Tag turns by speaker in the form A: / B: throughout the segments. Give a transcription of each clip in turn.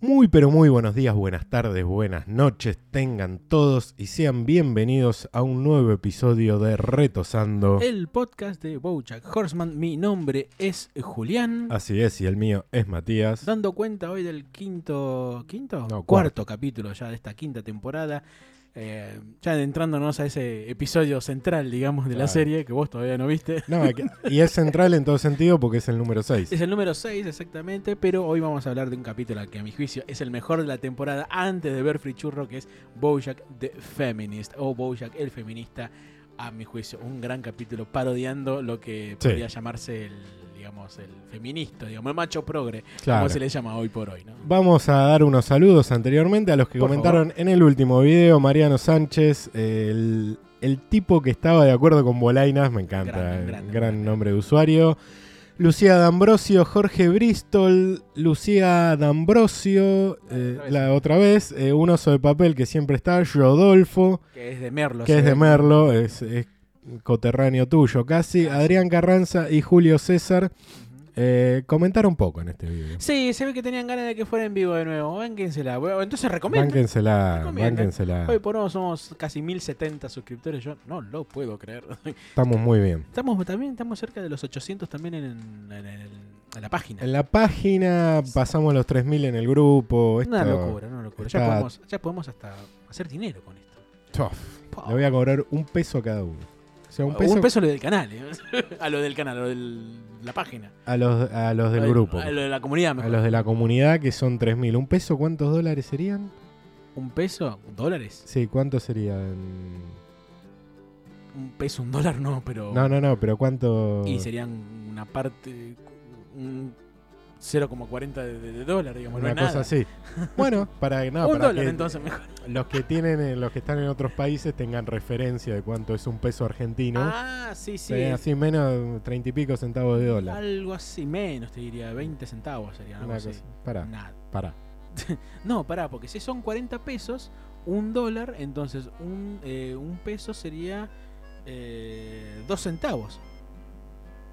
A: Muy pero muy buenos días, buenas tardes, buenas noches, tengan todos y sean bienvenidos a un nuevo episodio de Retosando.
B: El podcast de Bojack Horseman. Mi nombre es Julián.
A: Así es, y el mío es Matías.
B: Dando cuenta hoy del quinto. ¿Quinto?
A: No, cuarto.
B: capítulo ya de esta quinta temporada. Eh, ya adentrándonos a ese episodio central, digamos, de la
A: Claro.
B: serie que vos todavía no viste.
A: No, que- y es central en todo sentido porque es el número 6.
B: Es el número 6 exactamente, pero hoy vamos a hablar de un capítulo al que a mi juicio es el mejor de la temporada antes de ver Frichurro, que es Bojack the Feminist o Bojack el Feminista, a mi juicio. Un gran capítulo parodiando lo que
A: Sí.
B: podría llamarse el, digamos, el feminista, digamos, el macho progre,
A: Claro.
B: como se le llama hoy por hoy, ¿no?
A: Vamos a dar unos saludos anteriormente a los que
B: Por
A: comentaron en el último video. Mariano Sánchez, el, el tipo que estaba de acuerdo con Bolainas, me encanta,
B: Grande,
A: eh,
B: grande,
A: gran
B: grande.
A: nombre de usuario. Lucía D'Ambrosio, Jorge Bristol, Lucía D'Ambrosio, eh,
B: otra vez.
A: la otra vez, eh, un oso de papel que siempre está, Rodolfo,
B: Que es de Merlo.
A: que
B: se
A: es
B: ve.
A: de Merlo, es, es coterráneo tuyo casi, Adrián Carranza y Julio César.
B: Ujú.
A: eh, comentaron poco en este video.
B: Sí, se ve que tenían ganas de que fuera en vivo de nuevo. Bánquensela. bueno, Entonces recomiendo.
A: Bánquensela,
B: Recomienden.
A: bánquensela.
B: Hoy por hoy somos casi 1070 suscriptores. Yo no lo puedo creer.
A: Estamos muy bien.
B: Estamos también estamos cerca de los 800 también en, en- en- en la página.
A: En la página pasamos los 3.000 en el grupo. Esto,
B: una locura, una locura. Ya,
A: está-
B: podemos, ya podemos hasta hacer dinero con esto.
A: Chof.
B: Pa.
A: le voy a cobrar un peso a cada uno. O sea, un
B: O
A: peso,
B: Ah, un peso a lo del canal, ¿eh? a lo del canal, a lo de la página.
A: a, los, a los del
B: A-
A: grupo.
B: A lo de la comunidad
A: A
B: mejor.
A: los de la comunidad que son 3.000. ¿Un peso cuántos dólares serían?
B: Un peso, dólares.
A: Sí, ¿cuánto serían?
B: Un peso, un dólar, no, pero.
A: No, no, no, pero ¿cuánto?
B: Y serían una parte. Un 0,40 de, de- de dólar, digamos.
A: Una
B: no es
A: cosa
B: nada.
A: así. Bueno, para, no,
B: un
A: para
B: dólar,
A: que
B: entonces mejor.
A: los que tienen, eh, los que están en otros países tengan referencia de cuánto es un peso argentino.
B: Ah, sí, sí.
A: Serían así menos 30 y pico centavos de dólar.
B: Algo así menos, te diría. 20 centavos sería algo
A: Una
B: así.
A: cosa. Pará,
B: Nada.
A: pará.
B: No, pará, porque si son 40 pesos, un dólar, entonces un, eh, un peso sería eh, dos centavos.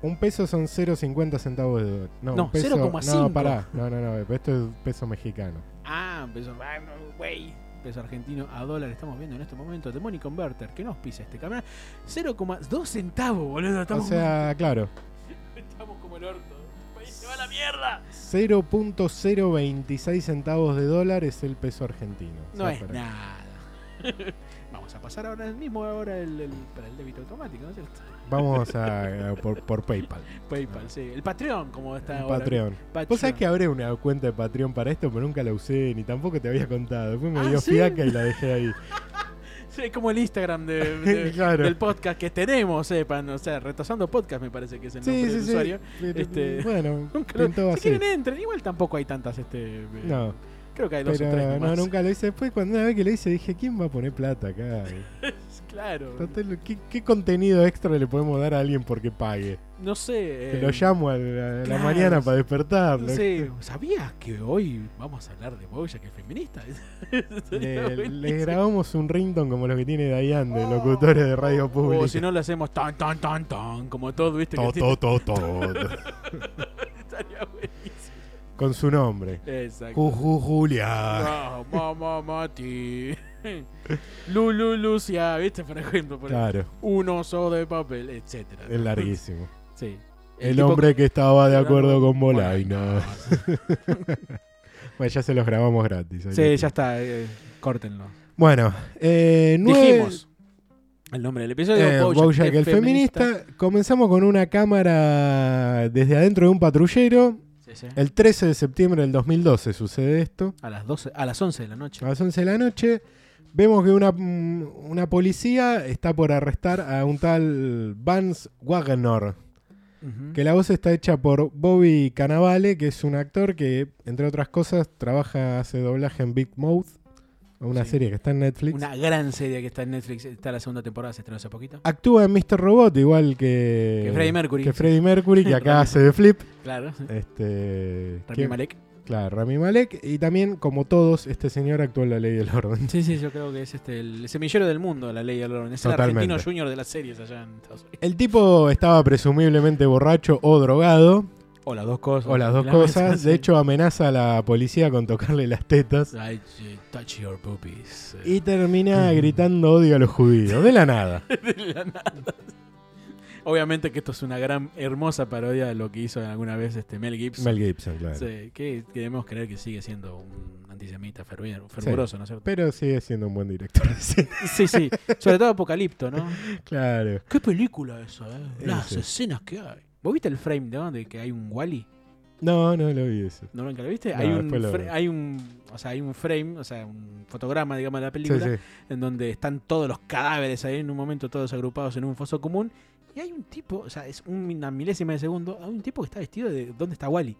A: Un peso son 0,50 centavos de dólar. No,
B: No,
A: un peso,
B: 0,5.
A: No, pará. No, no, no. Esto es peso mexicano.
B: Ah, peso, ah, no, güey. Peso argentino a dólar, estamos viendo en este momento The Money Converter, que nos pisa este canal. 0,2 centavos, boludo. Estamos,
A: o sea, claro.
B: estamos como el orto. El país se va a la mierda.
A: 0.026 centavos de dólar es el peso argentino. O
B: No
A: sea,
B: es
A: para-
B: nada. Vamos a pasar ahora el mismo, ahora el, el- para el débito automático, ¿no es cierto?
A: Vamos a, a por, por PayPal.
B: PayPal, sí. El Patreon, como está
A: Un
B: ahora.
A: Patreon. Vos sabés que habré una cuenta de Patreon para esto, pero nunca la usé ni tampoco te había contado. Después me
B: Ah,
A: dio
B: ¿sí?
A: fiaca y la dejé ahí.
B: Sí, es como el Instagram de- de-
A: Claro.
B: del podcast que tenemos, sepan. O sea, retrasando podcast me parece que es el nombre
A: Sí, sí,
B: del
A: sí.
B: usuario.
A: Pero,
B: Este,
A: Bueno,
B: Nunca lo-
A: pintó
B: si
A: así.
B: quieren eh. entren, igual tampoco hay tantas. este eh,
A: No.
B: Creo que hay dos o tres.
A: Pero no,
B: nomás.
A: nunca lo hice. Después, cuando una vez que lo hice, dije, ¿quién va a poner plata acá?
B: Claro.
A: Total, ¿qué, qué contenido extra le podemos dar a alguien porque pague?
B: No sé.
A: Que
B: eh,
A: lo llamo a la, a la
B: claro,
A: mañana
B: sí.
A: para despertarlo.
B: No sé. ¿Sabías que hoy vamos a hablar de Bojack el feminista? Sería
A: Le,
B: buenísimo.
A: le grabamos un ringtone como los que tiene Dayan de locutores de radio pública.
B: O Oh. si no lo hacemos tan, tan, tan, tan, como todo, ¿viste?
A: To,
B: que
A: to, to, to.
B: estaría buenísimo.
A: Con su nombre.
B: Exacto.
A: Juju Julia.
B: No, mamá, Mati. Lulu, Lucia, ¿viste? Por ejemplo, por
A: Claro,
B: un oso de papel, etcétera.
A: es larguísimo.
B: Sí.
A: El,
B: tipo
A: hombre que estaba de
B: el
A: acuerdo
B: hombre-
A: con Molaina. Bueno, ya se los grabamos gratis. ahí lo
B: Sí, ya
A: tienen.
B: está, eh, córtenlo.
A: Bueno, eh, nueve-
B: Dijimos el nombre del episodio.
A: Eh, Bojack el feminista. Comenzamos con una cámara desde adentro de un patrullero.
B: Sí, sí.
A: El 13 de septiembre del 2012 sucede esto.
B: A las 12, a las 11 de la noche.
A: A las 11 de la noche vemos que una, mm, una policía está por arrestar a un tal Vance Wagner.
B: Ujú.
A: Que la voz está hecha por Bobby Cannavale, que es un actor que, entre otras cosas, trabaja, hace doblaje en Big Mouth. Una
B: Sí.
A: serie que está en Netflix.
B: Una gran serie que está en Netflix. Está la segunda temporada, se estrenó hace poquito.
A: Actúa en Mr. Robot, igual que...
B: Que Freddie Mercury.
A: Que Freddie Mercury, que acá hace de Flip.
B: Claro.
A: Este,
B: Rami
A: que-
B: Malek.
A: Claro, Rami Malek. Y también, como todos, este señor actuó en la ley del orden.
B: Sí, sí, yo creo que es este el semillero del mundo, la ley del orden. Es
A: Totalmente.
B: el argentino junior de las series allá en Estados Unidos.
A: El tipo estaba presumiblemente borracho o drogado,
B: O las dos cosas.
A: o las dos
B: La
A: cosas.
B: mesa,
A: De
B: sí.
A: hecho, amenaza a la policía con tocarle las tetas.
B: I, eh, touch your boobies. eh.
A: Y termina gritando odio a los judíos, de la nada.
B: de la nada. Obviamente que esto es una gran, hermosa parodia de lo que hizo alguna vez este Mel Gibson.
A: Mel Gibson, claro.
B: Sí, que queremos creer que sigue siendo un antisemita fervi- fervoroso, ¿no es cierto?
A: Pero sigue siendo un buen director. de cine.
B: Sí, sí. Sobre todo Apocalipto, ¿no?
A: claro.
B: Qué película eso, ¿eh? Las
A: Sí, sí.
B: escenas que hay. ¿Vos viste el frame de donde que hay un Wally?
A: No, no lo vi eso.
B: ¿No nunca lo viste?
A: No,
B: hay un
A: después lo
B: fra-
A: veo.
B: hay un, o sea, hay un frame, o sea, un fotograma, digamos, de la
A: Sí,
B: película
A: sí.
B: en donde están todos los cadáveres ahí en un momento todos agrupados en un foso común y hay un tipo, o sea, es un- una milésima de segundo, hay un tipo que está vestido de ¿dónde está Wally?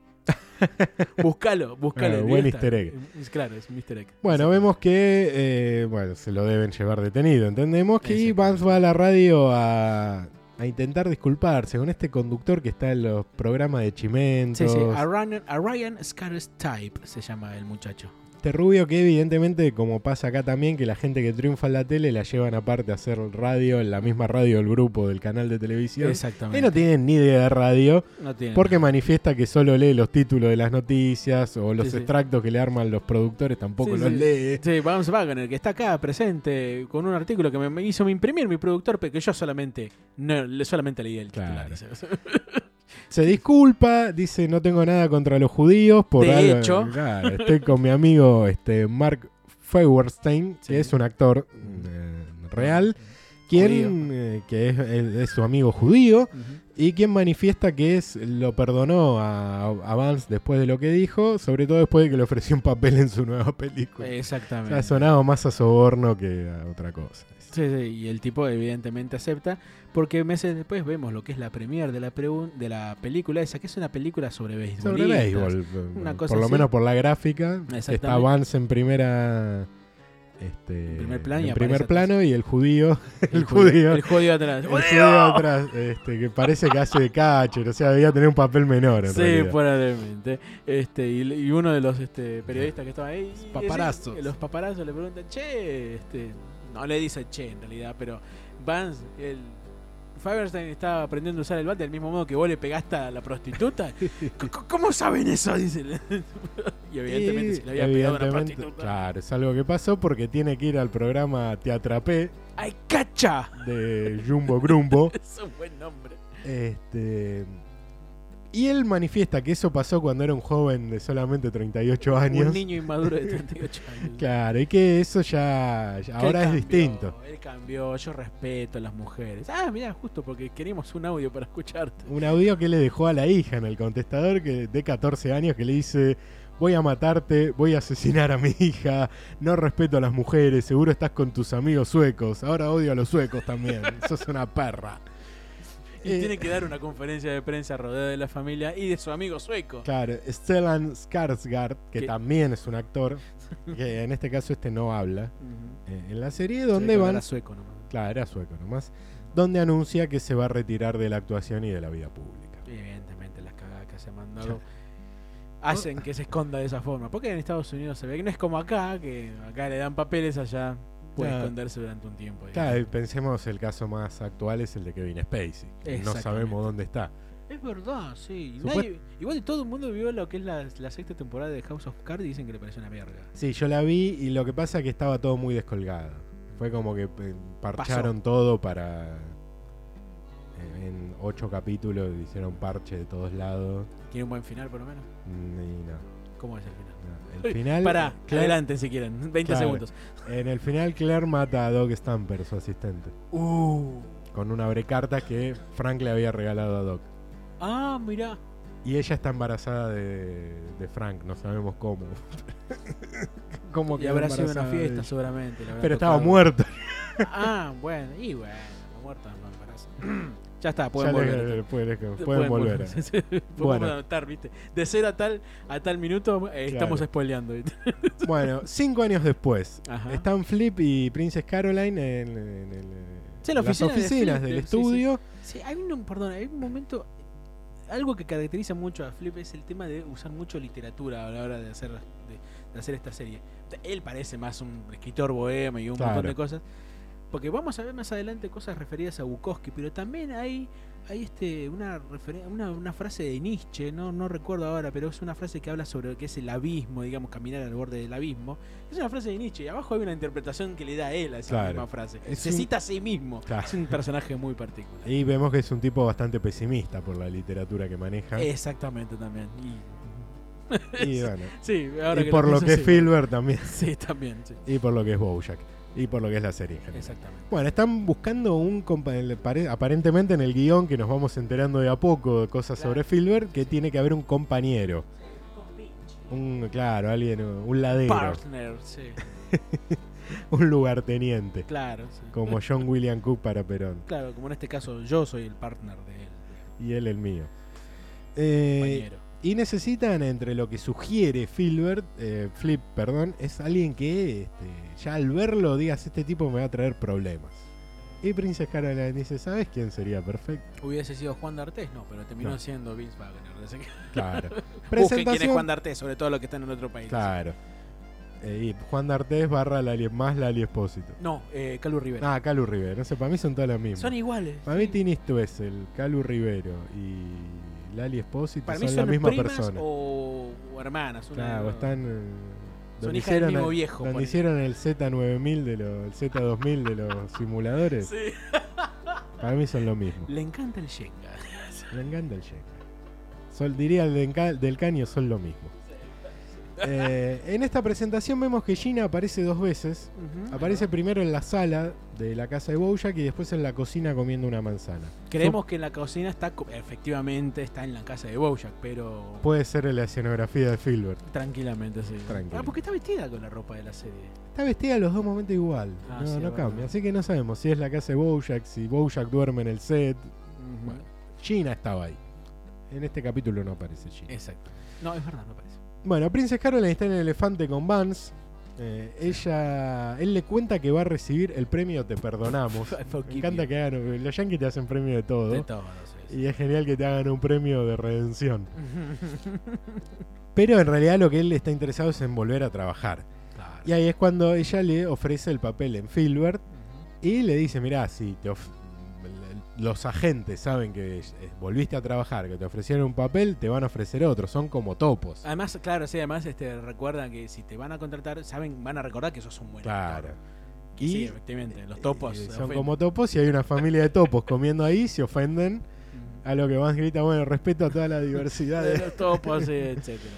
B: búscalo, búscalo.
A: Ah,
B: y
A: buen
B: está.
A: easter egg.
B: Es- claro, es un easter egg.
A: Bueno,
B: Sí.
A: vemos que eh, bueno, se lo deben llevar detenido, entendemos. Que
B: Exacto.
A: Vance va a la radio a, a intentar disculparse con este conductor que está en los programas de Chimentos.
B: Sí, sí, a Ryan, a Ryan Scaris Type se llama el muchacho.
A: Este rubio que evidentemente, como pasa acá también, que la gente que triunfa en la tele la llevan aparte a hacer radio en la misma radio del grupo, del canal de televisión. Y
B: Exactamente.
A: no tienen ni idea de radio
B: No tiene
A: porque
B: nada.
A: manifiesta que solo lee los títulos de las noticias o los
B: Sí, sí.
A: extractos que le arman los productores tampoco
B: Sí,
A: los
B: sí.
A: lee.
B: Sí, Vance Wagner, que está acá presente con un artículo que me, me hizo imprimir mi productor, pero que yo solamente, no, le- solamente leí el titular.
A: Claro.
B: dice.
A: Se disculpa, dice no tengo nada contra los judíos por
B: De
A: algo-
B: hecho.
A: Claro, estoy con mi amigo este Mark Feuerstein,
B: Sí. Mm.
A: que es un actor eh, real, quien eh, que es, es- es su amigo judío
B: Ujú.
A: y quien manifiesta que es lo perdonó a, a Vance después de lo que dijo, sobre todo después de que le ofreció un papel en su nueva película. O sea,
B: Exactamente.
A: ha sonado más a soborno que a otra cosa.
B: Sí, sí, y el tipo evidentemente acepta, porque meses después vemos lo que es la premier de la, preun- de la película esa, que es una película sobre béisbol.
A: Sobre béisbol,
B: una
A: por
B: cosa
A: lo
B: así.
A: menos por la gráfica,
B: Exactamente.
A: está Vance en primera... Este,
B: En primer plano y
A: en
B: aparece
A: primer
B: atrás.
A: plano y el judío, el, judío,
B: El judío atrás.
A: el judío atrás, este, que parece que hace de catcher, o sea, debía tener un papel menor en
B: Sí, pues,
A: realidad.
B: probablemente. Este, y, y uno de los este, periodistas que estaba ahí. y-
A: Paparazos.
B: y los paparazos le preguntan, che, este, no le dice che en realidad, pero Vance, el Faberstein estaba aprendiendo a usar el bate del mismo modo que vos le pegaste a la prostituta. C- c- ¿Cómo saben eso? Dice. y evidentemente
A: Y
B: se le había pegado a una
A: evidentemente,
B: prostituta.
A: Claro, es algo que pasó porque tiene que ir al programa Te Atrapé
B: ¡Ay, cacha!
A: de Jumbo Grumbo.
B: Es un buen nombre.
A: Este, y él manifiesta que eso pasó cuando era un joven de solamente 38 años.
B: Un niño inmaduro de 38 años.
A: Claro, y que eso ya, ya
B: Que
A: ahora
B: él
A: es
B: cambió,
A: distinto.
B: Él cambió, yo respeto a las mujeres. Ah, mira, justo porque queríamos un audio para escucharte.
A: Un audio que le dejó a la hija en el contestador que de 14 años que le dice, voy a matarte, voy a asesinar a mi hija, no respeto a las mujeres, seguro estás con tus amigos suecos, ahora odio a los suecos también, sos una perra.
B: Y
A: Eh,
B: tiene que dar una conferencia de prensa rodeada de la familia y de su amigo sueco.
A: Claro, Stellan Skarsgård, que
B: Que-
A: también es un actor, que en este caso este no habla,
B: Ujú.
A: eh, en la serie
B: Sueco,
A: donde
B: no
A: van...
B: era sueco nomás.
A: Claro, era sueco nomás, donde anuncia que se va a retirar de la actuación y de la vida pública.
B: Evidentemente, las cagadas que se han mandado hacen que se esconda de esa forma. Porque en Estados Unidos se ve que no es como acá, que acá le dan papeles, allá puede
A: Claro.
B: esconderse durante un tiempo. digamos.
A: Claro, y pensemos el caso más actual es el de Kevin Spacey. que No
B: Exactamente.
A: sabemos dónde está.
B: Es verdad, sí.
A: Supuest-
B: Nadie- igual todo el mundo vio lo que es la, la sexta temporada de House of Cards y dicen que le pareció una verga.
A: Sí, yo la vi y lo que pasa es que estaba todo muy descolgado. Fue como que eh, parcharon todo para... eh, En ocho capítulos hicieron parche de todos lados.
B: Tiene un buen final, por lo menos.
A: Mm, Y no, no.
B: ¿Cómo es el final?
A: El final... eh,
B: Pará,
A: Claire-
B: adelante si quieren. 20
A: Claro.
B: segundos.
A: En el final Claire mata a Doc Stamper, su asistente.
B: Uh.
A: Con una brecarta que Frank le había regalado a Doc.
B: Ah, mirá.
A: Y ella está embarazada de, de Frank, no sabemos cómo. ¿Cómo
B: Y
A: quedó
B: habrá sido una
A: embarazada de
B: fiesta
A: ella?
B: seguramente. le habrá
A: Pero estaba
B: tocado.
A: muerta.
B: Ah, bueno. Y bueno, los muertos no embarazan. ya está,
A: Ya
B: pueden
A: le-
B: volver.
A: le- pueden, pueden
B: volver.
A: volver.
B: Sí, sí. Podemos
A: Bueno.
B: anotar, ¿viste? De ser a tal, a tal minuto eh, estamos
A: Claro.
B: spoileando. ¿viste?
A: Bueno, cinco años después,
B: Ajá.
A: están Flip y Princess Caroline en, en el-
B: Sí, la
A: las
B: oficina de
A: oficinas
B: Flip,
A: del
B: sí, sí.
A: estudio.
B: Sí, hay un, perdón, hay un momento. algo que caracteriza mucho a Flip es el tema de usar mucho literatura a la hora de hacer, de, de hacer esta serie. Él parece más un escritor bohemio y un
A: Claro.
B: montón de cosas. Porque vamos a ver más adelante cosas referidas a Bukowski, pero también hay, hay este, una, referen- una, una frase de Nietzsche, ¿no? no recuerdo ahora, pero es una frase que habla sobre lo que es el abismo, digamos, caminar al borde del abismo. Es una frase de Nietzsche y abajo hay una interpretación que le da él a esa
A: Claro.
B: misma frase.
A: Es
B: Se
A: un-
B: cita a sí mismo.
A: Claro.
B: Es un personaje muy particular.
A: Y vemos que es un tipo bastante pesimista por la literatura que maneja.
B: Exactamente también. Y,
A: y bueno,
B: sí, ahora
A: y
B: que
A: por lo
B: pienso,
A: que es
B: sí.
A: Filbert también.
B: Sí, también, sí.
A: Y por lo que es Bojack. Y por lo que es la serie en general.
B: Exactamente.
A: Bueno, están buscando un compa- el- pare- aparentemente en el guión que nos vamos enterando de a poco de cosas
B: Claro.
A: sobre Filbert que tiene que haber un compañero. Un claro, alguien, un ladero,
B: Partner, sí.
A: un lugarteniente,
B: Claro, sí.
A: como John William Cook para Perón
B: Claro, como en este caso yo soy el partner de él.
A: y él el mío. Eh,
B: compañero.
A: Y necesitan, entre lo que sugiere Filbert, eh, Flip, perdón, es alguien que este, ya al verlo digas, este tipo me va a traer problemas. Y Princess Caroline dice, ¿sabes quién sería perfecto?
B: Hubiese sido Juan D'Artés, no, pero terminó
A: No.
B: siendo Vince Wagner. Así que
A: Claro.
B: busquen quién es Juan D'Artés, sobre todo los que están en otro país.
A: Claro. Eh, y Juan D'Artés barra Lali, más Lali Espósito.
B: No, eh, Calu Rivera.
A: Ah, Calu Rivero. No sé, para mí son todas las mismas.
B: Son iguales.
A: Para mí Tini Stoessel, Calu Rivero y Lali Espósito
B: Para mí
A: son,
B: son
A: la misma
B: primas
A: persona.
B: O, o hermanas. una-
A: Claro, están... eh,
B: Son
A: donde
B: hijas del
A: hicieron
B: mismo
A: el-
B: viejo.
A: Donde
B: ponele.
A: hicieron el Z9000 de los el Z2000 de los simuladores,
B: Sí.
A: para mí son lo mismo.
B: Le encanta el Shenga.
A: Le encanta el Shenga. Sol, diría el de Enca- del Caño, son lo mismo. Eh, en esta presentación vemos que Gina aparece dos veces.
B: Ujú.
A: Aparece primero en la sala de la casa de Bojack y después en la cocina comiendo una manzana.
B: Creemos que en la cocina está, co- efectivamente, está en la casa de Bojack, pero
A: Puede ser la escenografía de Filbert.
B: tranquilamente sí.
A: Tranquilo.
B: Ah, porque está vestida con la ropa de la serie.
A: Está vestida en los dos momentos igual.
B: Ah,
A: no
B: sí, es
A: no
B: verdad.
A: cambia. Así que no sabemos si es la casa de Bojack, si Bojack duerme en el set.
B: Ujú.
A: Bueno. Gina estaba ahí. En este capítulo no aparece Gina.
B: Exacto. No, es verdad, me parece.
A: Bueno, Princess Caroline está en el elefante con Vance. Eh, ella, él le cuenta que va a recibir el premio Te Perdonamos.
B: I forgive
A: Me encanta
B: you.
A: que hagan, los Yankees te hacen premio de todo.
B: De todo, sí, sí.
A: Y es genial que te hagan un premio de redención. Pero en realidad lo que él está interesado es en volver a trabajar.
B: Claro.
A: Y ahí es cuando ella le ofrece el papel en Filbert
B: Ujú.
A: y le dice, mirá, si te of- los agentes saben que eh, volviste a trabajar, que te ofrecieron un papel, te van a ofrecer otro. Son como topos.
B: Además, claro, sí, además este, recuerdan que si te van a contratar, saben, van a recordar que sos un buen
A: Claro.
B: actor.
A: Y
B: sí, efectivamente, los topos.
A: eh,
B: se
A: son
B: ofenden.
A: como topos y hay una familia de topos comiendo ahí, se ofenden.
B: Ujú.
A: A lo que más grita, bueno, respeto a toda la diversidad.
B: De
A: de-
B: los topos, sí, etcétera.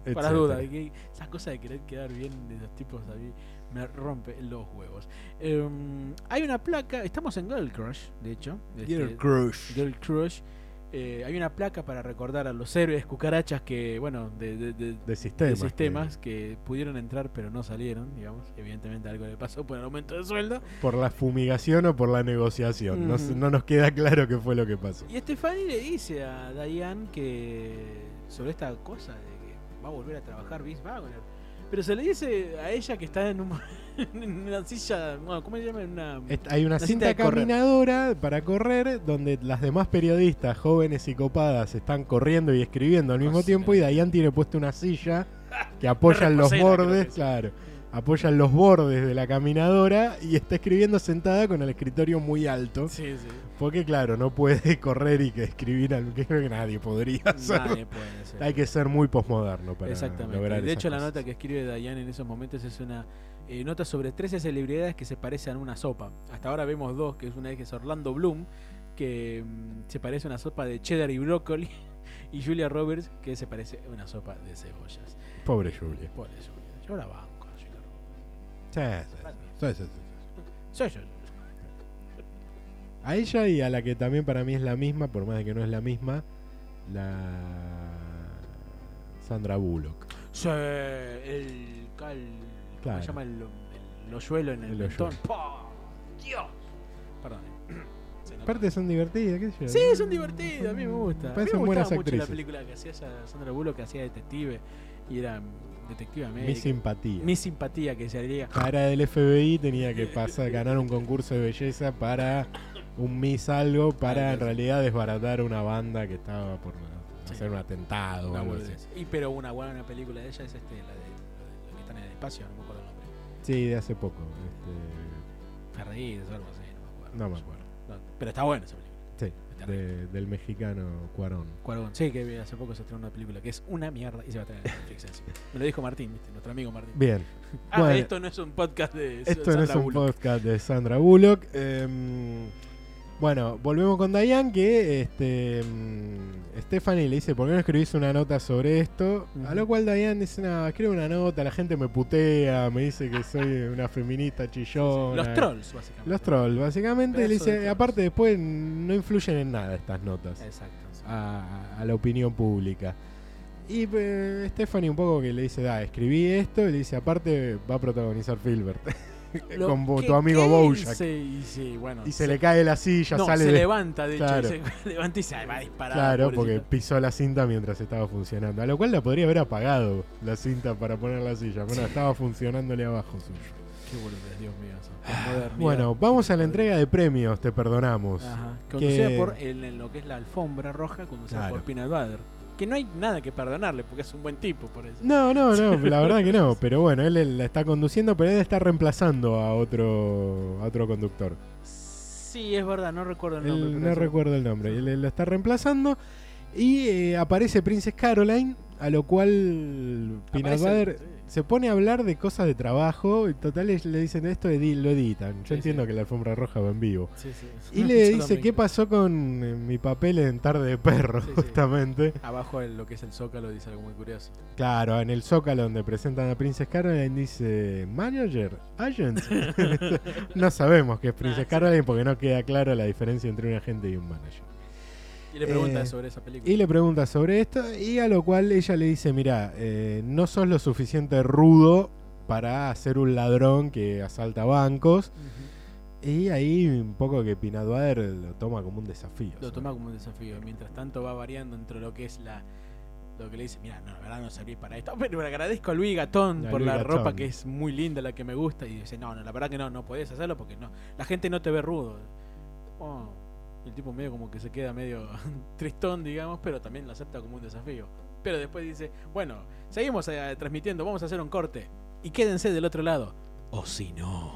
B: Para las
A: Etcétera.
B: dudas, que esa cosa de querer quedar bien de los tipos a mí me rompe los huevos. Em, hay una placa, estamos en Girl Crush, de hecho. este, Girl Crush. Eh, hay una placa para recordar a los héroes cucarachas que, bueno, de, de- de-
A: De
B: de
A: sistemas.
B: sistemas que pudieron entrar pero no salieron, digamos. Evidentemente algo le pasó por el aumento de sueldo.
A: que- por la fumigación o por la negociación. No, se-
B: Ujú.
A: no nos queda claro qué fue lo que pasó.
B: Y Stephanie le dice a Diane que sobre esta cosa de que va a volver a trabajar Vince Wagner. Pero se le dice a ella que está en, un- en una silla, bueno, ¿cómo se llama? En una...
A: Est- Hay una
B: cinta
A: cinta
B: de correr.
A: caminadora para correr donde las demás periodistas jóvenes y copadas están corriendo y escribiendo al mismo
B: Cosera.
A: tiempo y Dayan tiene puesto una silla que apoyan los
B: reposera, creo
A: bordes,
B: que es.
A: claro, apoyan los bordes de la caminadora y está escribiendo sentada con el escritorio muy alto
B: Sí, sí.
A: porque claro, no puede correr y que escribir algo que creo que nadie podría hacer.
B: Nadie puede ser.
A: Hay que ser muy posmoderno para
B: Exactamente.
A: lograr
B: De
A: esas
B: hecho, la
A: cosas.
B: nota que escribe Diane en esos momentos es una eh, nota sobre 13 celebridades que se parecen a una sopa. Hasta ahora vemos dos, que es una que es Orlando Bloom, que mm, se parece a una sopa de cheddar y brócoli, y Julia Roberts, que se parece a una sopa de cebollas.
A: Pobre Julia.
B: Pobre Julia. Yo la banco, a Julia
A: Sí,
B: Roberts.
A: sí, sí, sí, sí.
B: Soy yo.
A: A ella y a la que también para mí es la misma, por más de que no es la misma, la Sandra Bullock.
B: Sí, el cal. ¿Cómo
A: Claro.
B: se llama el, el hoyuelo en el,
A: El
B: mentón?
A: hoyuelo.
B: ¡Pah! ¡Dios! Perdón. eh. Se nota.
A: Aparte son divertidas, qué sé yo.
B: Sí, son divertidos, a mí me gusta.
A: Parecen
B: a mí me
A: buenas
B: gustaba mucho la
A: actrices.
B: película que hacía esa Sandra Bullock que hacía detective y era detective
A: Mi
B: médica.
A: simpatía.
B: Mi simpatía que se haría.
A: Para el FBI tenía que pasar, ganar un concurso de belleza para un Miss algo para
B: Claro,
A: en
B: claro.
A: realidad desbaratar una banda que estaba por
B: Ah, Sí.
A: hacer un atentado o
B: Una
A: algo así.
B: boludez. y pero una buena película de ella es este, la de la que están en el espacio, no me acuerdo el nombre.
A: Sí, de hace poco. este,
B: Ferreira o algo así, no me acuerdo.
A: no me acuerdo.
B: No, pero está buena esa película.
A: Sí,
B: Está
A: de- del mexicano Cuarón.
B: Cuarón. Sí, que hace poco se estrenó una película que es una mierda y se va a tener en Netflix encima. Me lo dijo Martín, ¿viste? nuestro amigo Martín.
A: Bien,
B: Ah,
A: bueno.
B: esto no es un podcast de
A: esto no
B: Sandra
A: es un
B: Bullock.
A: podcast de Sandra Bullock. Em, bueno, volvemos con Diane que este, mm, Stephanie le dice, ¿por qué no escribís una nota sobre esto? A lo
B: Ujú.
A: cual Diane dice, no, escribe una nota, la gente me putea, me dice que soy una feminista chillona.
B: Los trolls, básicamente.
A: Los trolls, básicamente. Le
B: Pedazo de
A: dice,
B: trolls.
A: aparte después no influyen en nada estas notas
B: Exacto.
A: Ah, a, a la opinión pública. Y eh, Stephanie un poco que le dice, da, escribí esto, y le dice, aparte va a protagonizar Filbert.
B: Lo
A: con vo-
B: que-
A: tu amigo
B: que
A: Bojack.
B: hice, y sí, bueno,
A: Y se le cae la silla,
B: no,
A: sale de-
B: se levanta, de
A: Claro.
B: hecho, y se levanta y se va a disparar.
A: Claro, porque
B: pobrecito.
A: pisó la cinta mientras estaba funcionando. A lo cual la podría haber apagado la cinta para poner la silla. Bueno, estaba funcionándole abajo suyo.
B: Qué boludez, Dios mío. eso. Qué modernidad.
A: Ah, Bueno, vamos a la entrega de premios, te perdonamos.
B: Ajá. Conducida
A: que-
B: por el- en lo que es la alfombra roja, conducida
A: Claro.
B: por Peanut Butter. Que no hay nada que perdonarle, porque es un buen tipo, por eso.
A: No, no, no, la verdad que no. Pero bueno, él, él la está conduciendo, pero él está reemplazando a otro, a otro conductor.
B: Sí, es verdad, no recuerdo el
A: Él-
B: nombre. pero
A: Eh, no
B: es-
A: recuerdo el nombre. Él, él lo está reemplazando. Y eh, aparece Princess Caroline, a lo cual Peanut
B: Aparece-
A: Butter
B: sí.
A: se pone a hablar de cosas de trabajo. Y total, le- le dicen esto y lo editan. Yo
B: Sí,
A: entiendo
B: sí.
A: que la alfombra roja va en vivo.
B: Sí, sí.
A: Y le
B: Yo
A: dice,
B: también
A: ¿qué
B: creo.
A: pasó con eh, mi papel en Tarde de Perro?
B: Sí, sí.
A: Justamente.
B: Abajo en lo que es el zócalo dice algo muy curioso.
A: Claro, en el Zócalo donde presentan a Princess Caroline dice Manager, Agent. no sabemos qué es Princess
B: sí.
A: Caroline porque no queda clara la diferencia entre un agente y un manager.
B: Y le pregunta
A: Eh,
B: sobre esa película.
A: Y le pregunta sobre esto y a lo cual ella le dice, mira, eh, no sos lo suficiente rudo para ser un ladrón que asalta bancos.
B: Ujú.
A: Y ahí un poco que Pinaduader lo toma como un desafío.
B: Lo
A: ¿sabes?
B: toma como un desafío. Mientras tanto va variando entre lo que es la. Lo que le dice, mira, no, la verdad no serví para esto. Pero le agradezco a Luis Gatón
A: A
B: por
A: Louis
B: la
A: Gatón.
B: ropa que es muy linda, la que me gusta. Y dice, no, no, la verdad que no, no podés hacerlo porque no. La gente no te ve rudo. Oh, y el tipo medio como que se queda medio tristón, digamos, pero también lo acepta como un desafío. Pero después dice, bueno, seguimos eh, transmitiendo, vamos a hacer un corte. Y quédense del otro lado. O si no.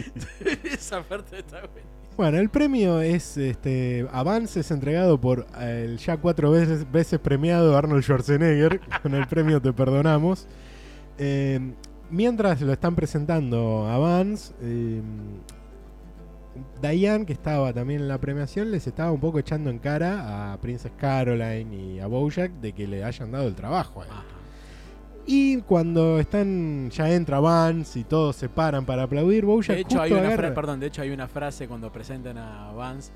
B: Esa parte está buena.
A: Bueno, el premio es este avances entregado por eh, el ya cuatro veces, veces premiado Arnold Schwarzenegger. Con el premio Te Perdonamos. Eh, mientras lo están presentando a Vance, eh, Diane, que estaba también en la premiación, les estaba un poco echando en cara a Princess Caroline y a Bojack de que le hayan dado el trabajo a
B: Ah.
A: él. Y cuando están ya entra Vance y todos se paran para aplaudir, Bojack
B: De hecho, hay
A: justo
B: una
A: agarra-
B: frase, perdón, de hecho hay una frase cuando presentan a Vance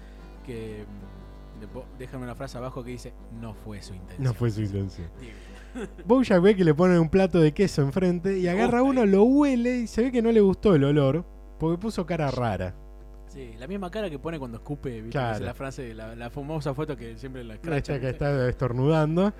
B: que mm, de- po- dejan una frase abajo que dice no fue su intención.
A: no fue su intención.
B: Divino.
A: Bojack ve que le ponen un plato de queso enfrente y agarra
B: gusta,
A: uno, lo huele y se ve que no le gustó el olor porque puso cara rara. Este
B: Sí, la misma cara que pone cuando escupe, ¿viste?
A: Claro.
B: Que es la frase, la, la famosa foto que siempre la
A: Cacha
B: escrachan,
A: que
B: ¿viste?
A: está estornudando.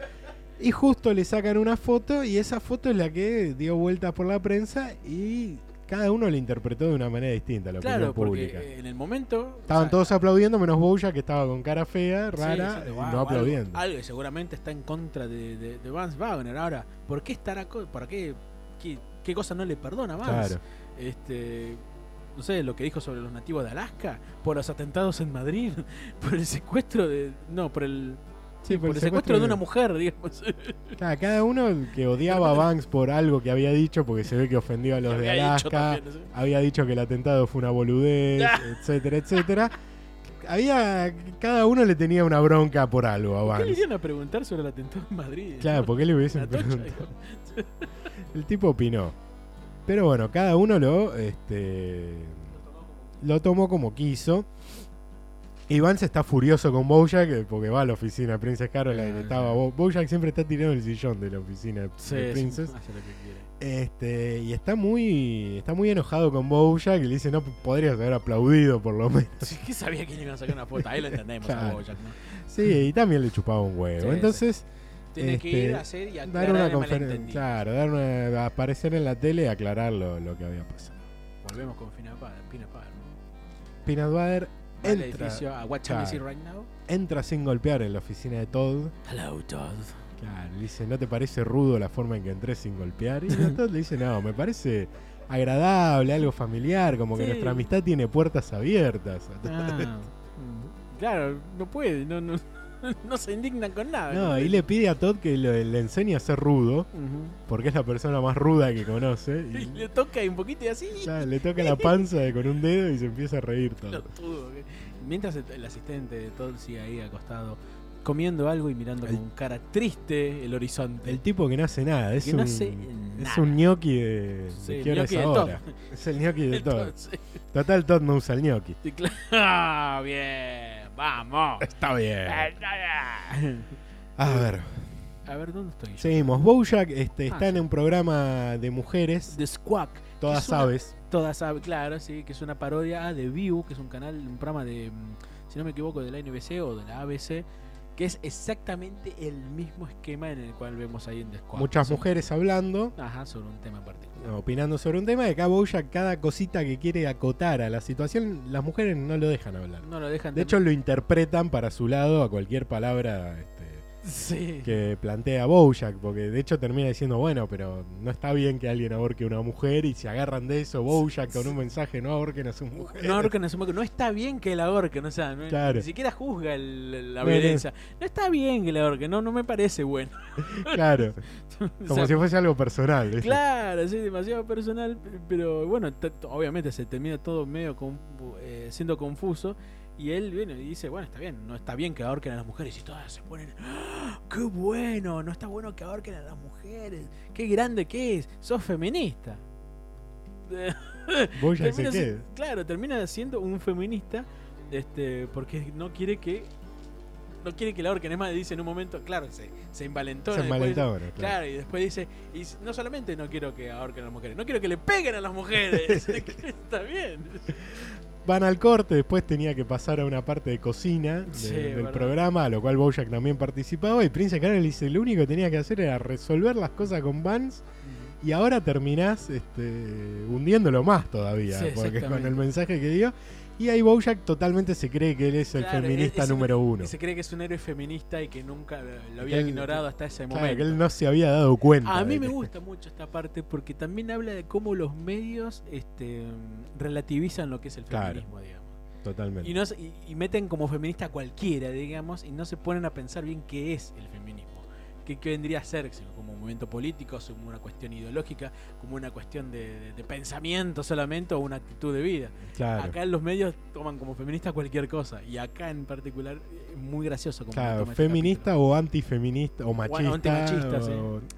A: Y justo le sacan una foto y esa foto es la que dio vueltas por la prensa y cada uno la interpretó de una manera distinta la
B: Claro,
A: opinión
B: porque
A: pública.
B: eh, en el momento.
A: Estaban
B: o sea,
A: todos aplaudiendo menos Bojack que estaba con cara fea,
B: sí,
A: rara,
B: diciendo,
A: y
B: "Wow,
A: no
B: algo-
A: aplaudiendo.
B: Algo, que seguramente está en contra de, de- de Vance Wagner. Ahora, ¿por qué estará. co- ¿Por qué, qué, qué cosa no le perdona a Vance?
A: Claro.
B: este no sé, lo que dijo sobre los nativos de Alaska, por los atentados en Madrid, por el secuestro de. No, por el.
A: Sí,
B: Por el secuestro de una mujer, digamos.
A: Claro, cada uno el que odiaba a Banks por algo que había dicho porque se ve que ofendió a los de
B: Había dicho
A: Alaska.
B: también, no sé.
A: había dicho que el atentado fue una boludez,
B: Ah.
A: etcétera, etcétera. Había, cada uno le tenía una bronca por algo a
B: ¿Por ¿Qué le
A: Vance.
B: iban a preguntar sobre el atentado en Madrid?
A: Claro, porque le
B: La
A: hubiesen
B: tocha,
A: preguntado.
B: digo.
A: El tipo opinó. Pero bueno, cada uno lo, este, lo tomó como quiso. Y Vance está furioso con Bojack eh, porque va a la oficina de Princess Caroline.
B: Ah,
A: Estaba,
B: sí.
A: Bo- Bojack siempre está tirando el sillón de la oficina de
B: Sí,
A: de
B: sí,
A: Princess.
B: hace lo que quiere.
A: Este, y está muy, está muy enojado con Bojack y le dice, no podrías haber aplaudido por lo menos.
B: Sí, ¿Qué sabía que le iban a sacar una foto? Ahí lo entendemos a
A: Claro.
B: Bojack, ¿no?
A: Sí, y también le chupaba un
B: Sí,
A: huevo.
B: sí.
A: Entonces,
B: Tiene que
A: Este,
B: ir a hacer y
A: dar una
B: aclarar el
A: conferencia,
B: malentendido.
A: claro, dar una- aparecer en la tele y aclarar lo, lo que había pasado.
B: Volvemos con Pina Palmer.
A: Peanut Butter
B: al
A: Entra.
B: edificio a What Time Is It Right Now.
A: Entra sin golpear en la oficina de Todd.
B: Hello, Todd.
A: Claro, le dice, ¿no te parece rudo la forma en que entré sin golpear? Y a Todd le dice, no, me parece agradable, algo familiar, como que
B: Sí.
A: nuestra amistad tiene puertas abiertas.
B: Ah, mm, claro, no puede, no, no, no se indignan con nada.
A: No, y le pide a Todd que le, le enseñe a ser rudo,
B: Ujú.
A: porque es la persona más ruda que conoce.
B: Y
A: Y
B: le toca ahí un poquito y así.
A: ya, le toca la panza de- con un dedo y se empieza a reír Todd.
B: pelotudo, que- Mientras el, el asistente de Todd sigue ahí acostado, comiendo algo y mirando
A: El-
B: con cara triste el horizonte.
A: El tipo que no hace nada, es
B: Que
A: un,
B: no hace
A: es
B: nada.
A: un gnocchi de,
B: Sí,
A: de
B: el
A: qué hora es
B: gnocchi de
A: ahora. Es el gnocchi de Todd.
B: Entonces,
A: Total, Todd no usa el gnocchi.
B: y cla- Ah, bien, vamos.
A: Está bien.
B: A
A: A ver,
B: ver, ¿dónde estoy? yo?
A: seguimos. Bojack este,
B: Ah,
A: está en
B: sí.
A: un programa de mujeres,
B: The Squawk.
A: todas
B: es una-
A: aves.
B: Todas saben, claro, sí, que es una parodia de View, que es un canal, un programa de, mm, si no me equivoco, de la NBC o de la ABC, que es exactamente el mismo esquema en el cual vemos ahí en The Squawk.
A: Muchas
B: Es un-
A: mujeres hablando.
B: Ajá, sobre un tema en particular.
A: opinando sobre un tema. Y acá Bojack, cada cosita que quiere acotar a la situación, las mujeres no lo dejan hablar.
B: No lo dejan
A: De hecho, lo interpretan para su lado a cualquier palabra este,
B: sí.
A: que plantea Bojack, porque de hecho termina diciendo, bueno, pero no está bien que alguien ahorque a una mujer y se agarran de eso Bojack con un mensaje, no ahorquen a su mujer.
B: No ahorquen a su mujer. No está bien que la ahorquen, o sea, no-
A: Claro.
B: ni siquiera juzga el- la
A: No, no.
B: violencia. No está bien que la ahorquen, no, no me parece bueno.
A: Claro,
B: O
A: como
B: sea,
A: si fuese algo personal. ¿viste?
B: Claro, sí, demasiado personal, pero bueno, t- t- obviamente se termina todo medio con- eh, siendo confuso. Y él viene y dice, bueno, está bien, no está bien que ahorquen a las mujeres. Y todas se ponen, "¡Ah! ¡qué bueno! No está bueno que ahorquen a las mujeres. ¡Qué grande que es! ¡Sos feminista!
A: Bojack se
B: Termina si-
A: queda.
B: claro, termina siendo un feminista este, porque no quiere que... No quiere que la ahorquen. Es más, dice en un momento, claro, se, se envalentona.
A: Se
B: después dice,
A: envalentona, claro.
B: Claro, y después dice, y s- no solamente no quiero que ahorquen a las mujeres, no quiero que le peguen a las mujeres. Está bien.
A: Van al corte, después tenía que pasar a una parte de cocina de-
B: Sí,
A: del
B: verdad.
A: programa, a lo cual Bojack también participaba. Y Prince Carol le dice: Lo único que tenía que hacer era resolver las cosas con Vance. Y ahora terminás este, hundiéndolo más todavía,
B: Sí,
A: porque con
B: exactamente.
A: el mensaje que dio. Y ahí Bojack totalmente se cree que él es el
B: Claro,
A: feminista
B: es- es-
A: número uno.
B: Y se cree que es un héroe feminista y que nunca lo
A: Que
B: había
A: él-
B: ignorado hasta ese
A: Claro,
B: momento.
A: que él no se había dado cuenta.
B: A
A: de
B: mí me
A: que-
B: gusta mucho esta parte porque también habla de cómo los medios este, relativizan lo que es el
A: Claro.
B: feminismo, digamos.
A: Totalmente.
B: Y, no se- y- y meten como feminista a cualquiera, digamos, y no se ponen a pensar bien qué es el feminismo. ¿Qué, qué vendría a ser? si ¿Como un movimiento político? si ¿Como una cuestión ideológica? ¿Como una cuestión de, de- de pensamiento solamente o una actitud de vida?
A: claro.
B: Acá los medios toman como feminista cualquier cosa. Y acá en particular es muy gracioso. Como
A: Claro,
B: toma este
A: feminista o antifeminista o machista.
B: antimachista, sí.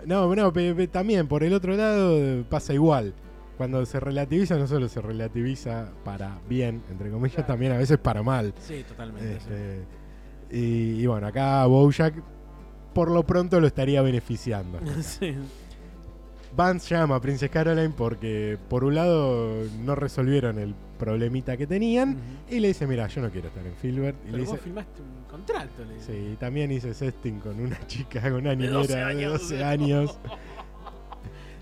A: No, no, pe- pe- también por el otro lado eh, pasa igual. Cuando se relativiza, no solo se relativiza para bien, entre comillas,
B: Claro.
A: también a veces para mal.
B: capítulo. Sí, totalmente. sí.
A: Este, y, y bueno, acá Bojack por lo pronto lo estaría beneficiando.
B: Sí.
A: Vance llama a Princess Caroline porque por un lado no resolvieron el problemita que tenían
B: Ujú.
A: y le dice, mira, yo no quiero estar en Filbert. Y
B: Pero
A: le
B: vos
A: dice,
B: firmaste un contrato, le digo.
A: Sí, y también hice sexting con una chica, con una
B: De 12
A: niñera de
B: años.
A: 12 años.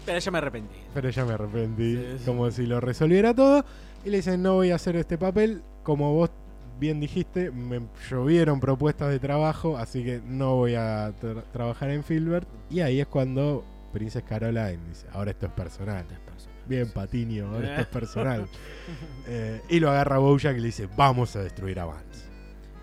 B: Pero ya me arrepentí.
A: Pero ya me arrepentí.
B: Sí, sí.
A: Como si lo resolviera todo. Y le dicen, no voy a hacer este papel. Como vos bien dijiste, me llovieron propuestas de trabajo, así que no voy a tra- trabajar en Filbert. Y ahí es cuando Princess Caroline dice, ahora esto es personal. Bien, Patiño, ahora esto es personal. Eh, y lo agarra Bojack y le dice, vamos a destruir a Vance.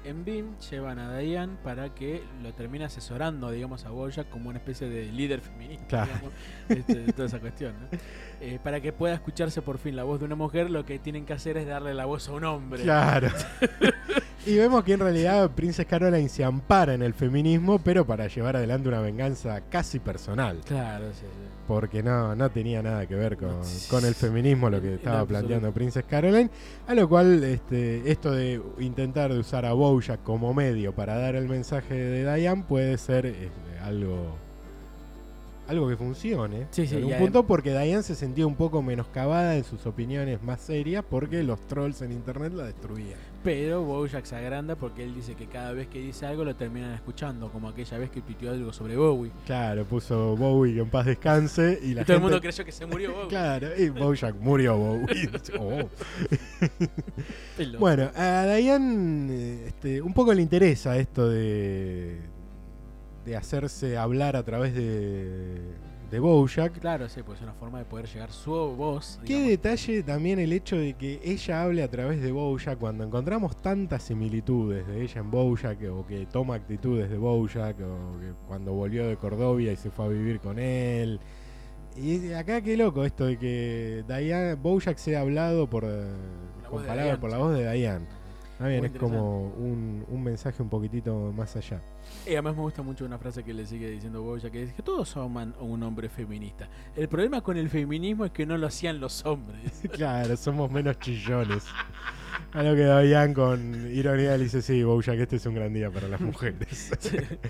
B: En BIM llevan a Diane para que lo termine asesorando, digamos, a Boya como una especie de líder feminista,
A: Claro.
B: digamos, este, toda esa cuestión, ¿no? Eh, para que pueda escucharse por fin la voz de una mujer, lo que tienen que hacer es darle la voz a un hombre.
A: Claro. y vemos que en realidad Princess Caroline se ampara en el feminismo, pero para llevar adelante una venganza casi personal.
B: Claro, sí, sí.
A: Porque no, no tenía nada que ver con,
B: No, sí,
A: con el feminismo lo que
B: en
A: estaba
B: absoluto.
A: planteando Princess Caroline. A lo cual este, esto de intentar de usar a Bojack como medio para dar el mensaje de Diane puede ser este, algo algo que funcione.
B: Sí, sí,
A: en
B: y
A: un
B: adem-
A: punto porque Diane se sentía un poco menoscabada en sus opiniones más serias porque los trolls en internet la destruían.
B: Pero Bojack se agranda porque él dice que cada vez que dice algo lo terminan escuchando, como aquella vez que tuiteó algo sobre Bowie.
A: Claro, puso Bowie que en paz descanse y la
B: y todo el
A: gente-
B: mundo creyó que se murió Bowie.
A: Claro, y Bojack murió Bowie. Oh.
B: Pelota.
A: Bueno, a Diane eh, este, un poco le interesa esto de, de hacerse hablar a través de, de Bojack.
B: Claro, sí, pues es una forma de poder llegar su voz.
A: Qué
B: digamos.
A: detalle también el hecho de que ella hable a través de Bojack cuando encontramos tantas similitudes de ella en Bojack o que toma actitudes de Bojack o que cuando volvió de Cordovia y se fue a vivir con él. Y acá qué loco esto de que Diane, Bojack sea hablado por, eh,
B: la
A: con
B: voz de
A: palabras
B: Diane,
A: por la
B: sí.
A: voz de Diane. Está bien,
B: Muy
A: es como un, un mensaje un poquitito más allá.
B: Y además me gusta mucho una frase que le sigue diciendo Bojack, que dice que todos aman a un hombre feminista. El problema con el feminismo es que no lo hacían los hombres.
A: claro, somos menos chillones. A lo que Davián con ironía le dice, sí, Bojack, este es un gran día para las mujeres.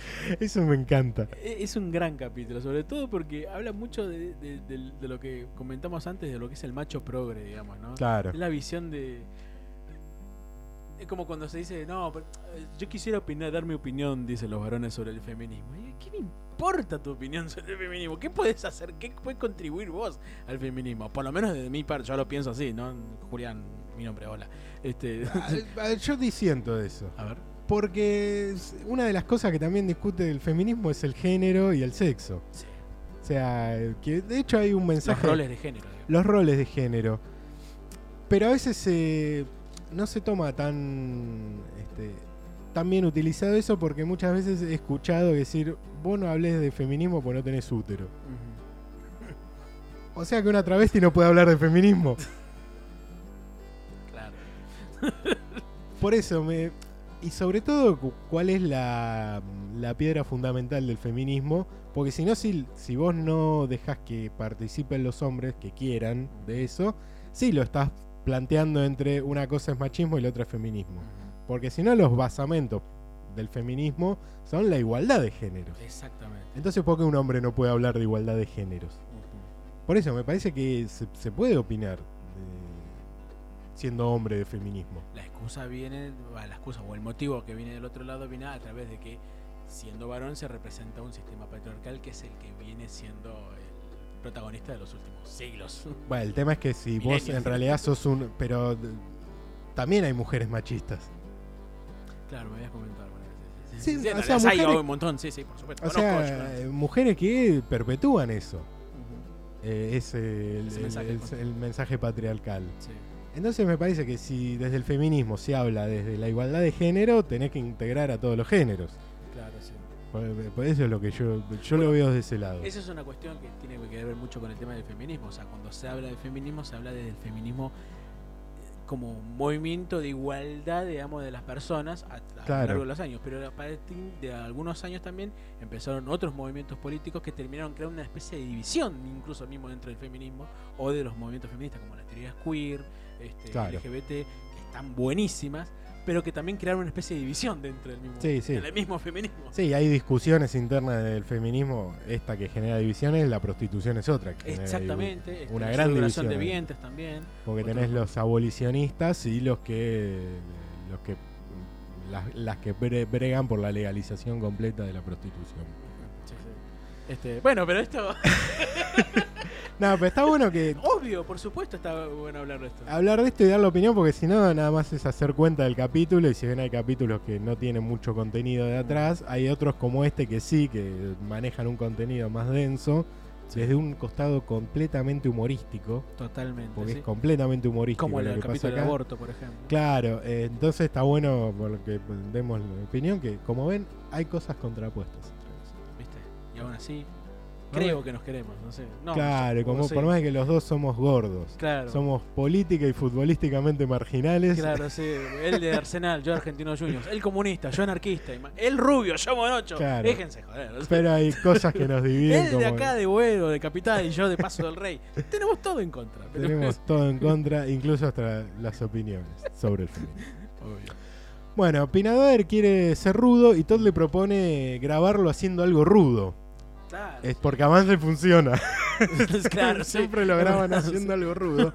A: Eso me encanta.
B: E- Es un gran capítulo, sobre todo porque habla mucho de, de- de- de lo que comentamos antes, de lo que es el macho progre, digamos, ¿no?
A: Claro.
B: Es la visión de... Es como cuando se dice, no, pero, eh, yo quisiera opinar, dar mi opinión, dicen los varones, sobre el feminismo. Y, ¿Qué le importa tu opinión sobre el feminismo? ¿Qué puedes hacer? ¿Qué puedes contribuir vos al feminismo? Por lo menos desde mi parte, yo lo pienso así, ¿no? Julián, mi nombre, hola. Este,
A: Ah, ah, Yo disiento de eso.
B: a ver.
A: Porque es- una de las cosas que también discute el feminismo es el género y el sexo.
B: Sí.
A: O sea, eh, que de hecho hay un
B: Los
A: mensaje...
B: roles de género. digamos.
A: los roles de género. Pero a veces eh, no se toma tan, este, tan bien utilizado eso porque muchas veces he escuchado decir, vos no hables de feminismo porque no tenés útero.
B: Ujú.
A: O sea que una travesti no puede hablar de feminismo.
B: Claro.
A: Por eso me... Y sobre todo, cu- ¿cuál es la, la piedra fundamental del feminismo? Porque si no, si, si vos no dejás que participen los hombres que quieran de eso, sí lo estás planteando entre una cosa es machismo y la otra es feminismo. Porque si no, los basamentos del feminismo son la igualdad de géneros.
B: Exactamente.
A: Entonces, ¿por qué un hombre no puede hablar de igualdad de géneros? Por eso, me parece que se, se puede opinar de- siendo hombre de feminismo.
B: La excusa viene, va, la excusa o el motivo que viene del otro lado viene a través de que siendo varón se representa un sistema patriarcal que es el que viene siendo el protagonista de los últimos siglos.
A: Bueno, el tema es que si vos
B: Milenios.
A: en realidad sos un... Pero d- también hay mujeres machistas.
B: claro, me habías comentado alguna vez.
A: Sí, o
B: no,
A: sea,
B: las hay
A: mujeres-
B: un montón, sí, sí, por supuesto.
A: O
B: Conozco,
A: sea,
B: yo,
A: eh, mujeres que perpetúan eso.
B: Ujú,
A: eh, ese, el-
B: Ese
A: el-
B: mensaje,
A: el-
B: ¿no?
A: el mensaje patriarcal.
B: sí.
A: Entonces me parece que si desde el feminismo se habla desde la igualdad de género, tenés que integrar a todos los géneros.
B: Claro, sí.
A: Por, por eso es lo que yo, yo lo veo desde ese lado.
B: Esa es una cuestión que tiene que ver mucho con el tema del feminismo. O sea, cuando se habla del feminismo, se habla desde el feminismo eh, como un movimiento de igualdad, digamos, de las personas a, a lo
A: Claro.
B: largo de los años. Pero a partir de algunos años también empezaron otros movimientos políticos que terminaron creando una especie de división, incluso mismo dentro del feminismo o de los movimientos feministas, como las teorías queer, este,
A: Claro.
B: LGBT, que están buenísimas, pero que también crearon una especie de división dentro del mismo,
A: Sí, sí.
B: del mismo feminismo.
A: Sí, hay discusiones internas del feminismo. Esta que genera divisiones, la prostitución es otra. Que genera
B: Exactamente,
A: divi-
B: este,
A: Una
B: la
A: gran
B: sublevación
A: división.
B: de
A: ahí.
B: vientres también.
A: Porque
B: Otro.
A: tenés los abolicionistas y los que. Los que las, las que bre- bregan por la legalización completa de la prostitución.
B: Sí, sí. Este, bueno, pero esto,
A: No, pero está bueno que
B: obvio, por supuesto está bueno hablar de esto.
A: hablar de esto y dar la opinión, porque si no, nada más es hacer cuenta del capítulo. Y si bien hay capítulos que no tienen mucho contenido de atrás, hay otros como este que sí, que manejan un contenido más denso, desde un costado completamente humorístico,
B: Totalmente.
A: porque
B: sí.
A: es completamente humorístico.
B: Como el,
A: lo que pasa
B: capítulo del
A: acá.
B: aborto, por ejemplo.
A: Claro, eh, entonces está bueno porque demos la opinión que, como ven, hay cosas contrapuestas.
B: ¿Viste? Y aún así,
A: No,
B: creo que nos queremos, no sé. No,
A: claro,
B: no sé,
A: como
B: no sé.
A: por más que los dos somos gordos,
B: Claro.
A: somos política y futbolísticamente marginales.
B: Claro, sí. Él de Arsenal, yo Argentino Juniors. Él comunista, yo anarquista. y ma- Él rubio, yo monocho.
A: Claro.
B: Déjense joder. o sea,
A: Pero hay cosas que nos dividen.
B: él de
A: como
B: acá, de Güero, de Capital, y yo de Paso del Rey. Tenemos todo en contra. pero-
A: Tenemos todo en contra, incluso hasta las opiniones sobre el feminismo.
B: Obvio.
A: Bueno, Pinader quiere ser rudo y Todd le propone grabarlo haciendo algo rudo.
B: Claro.
A: Es porque avanza y funciona.
B: claro, sí.
A: Siempre lo graban haciendo algo rudo.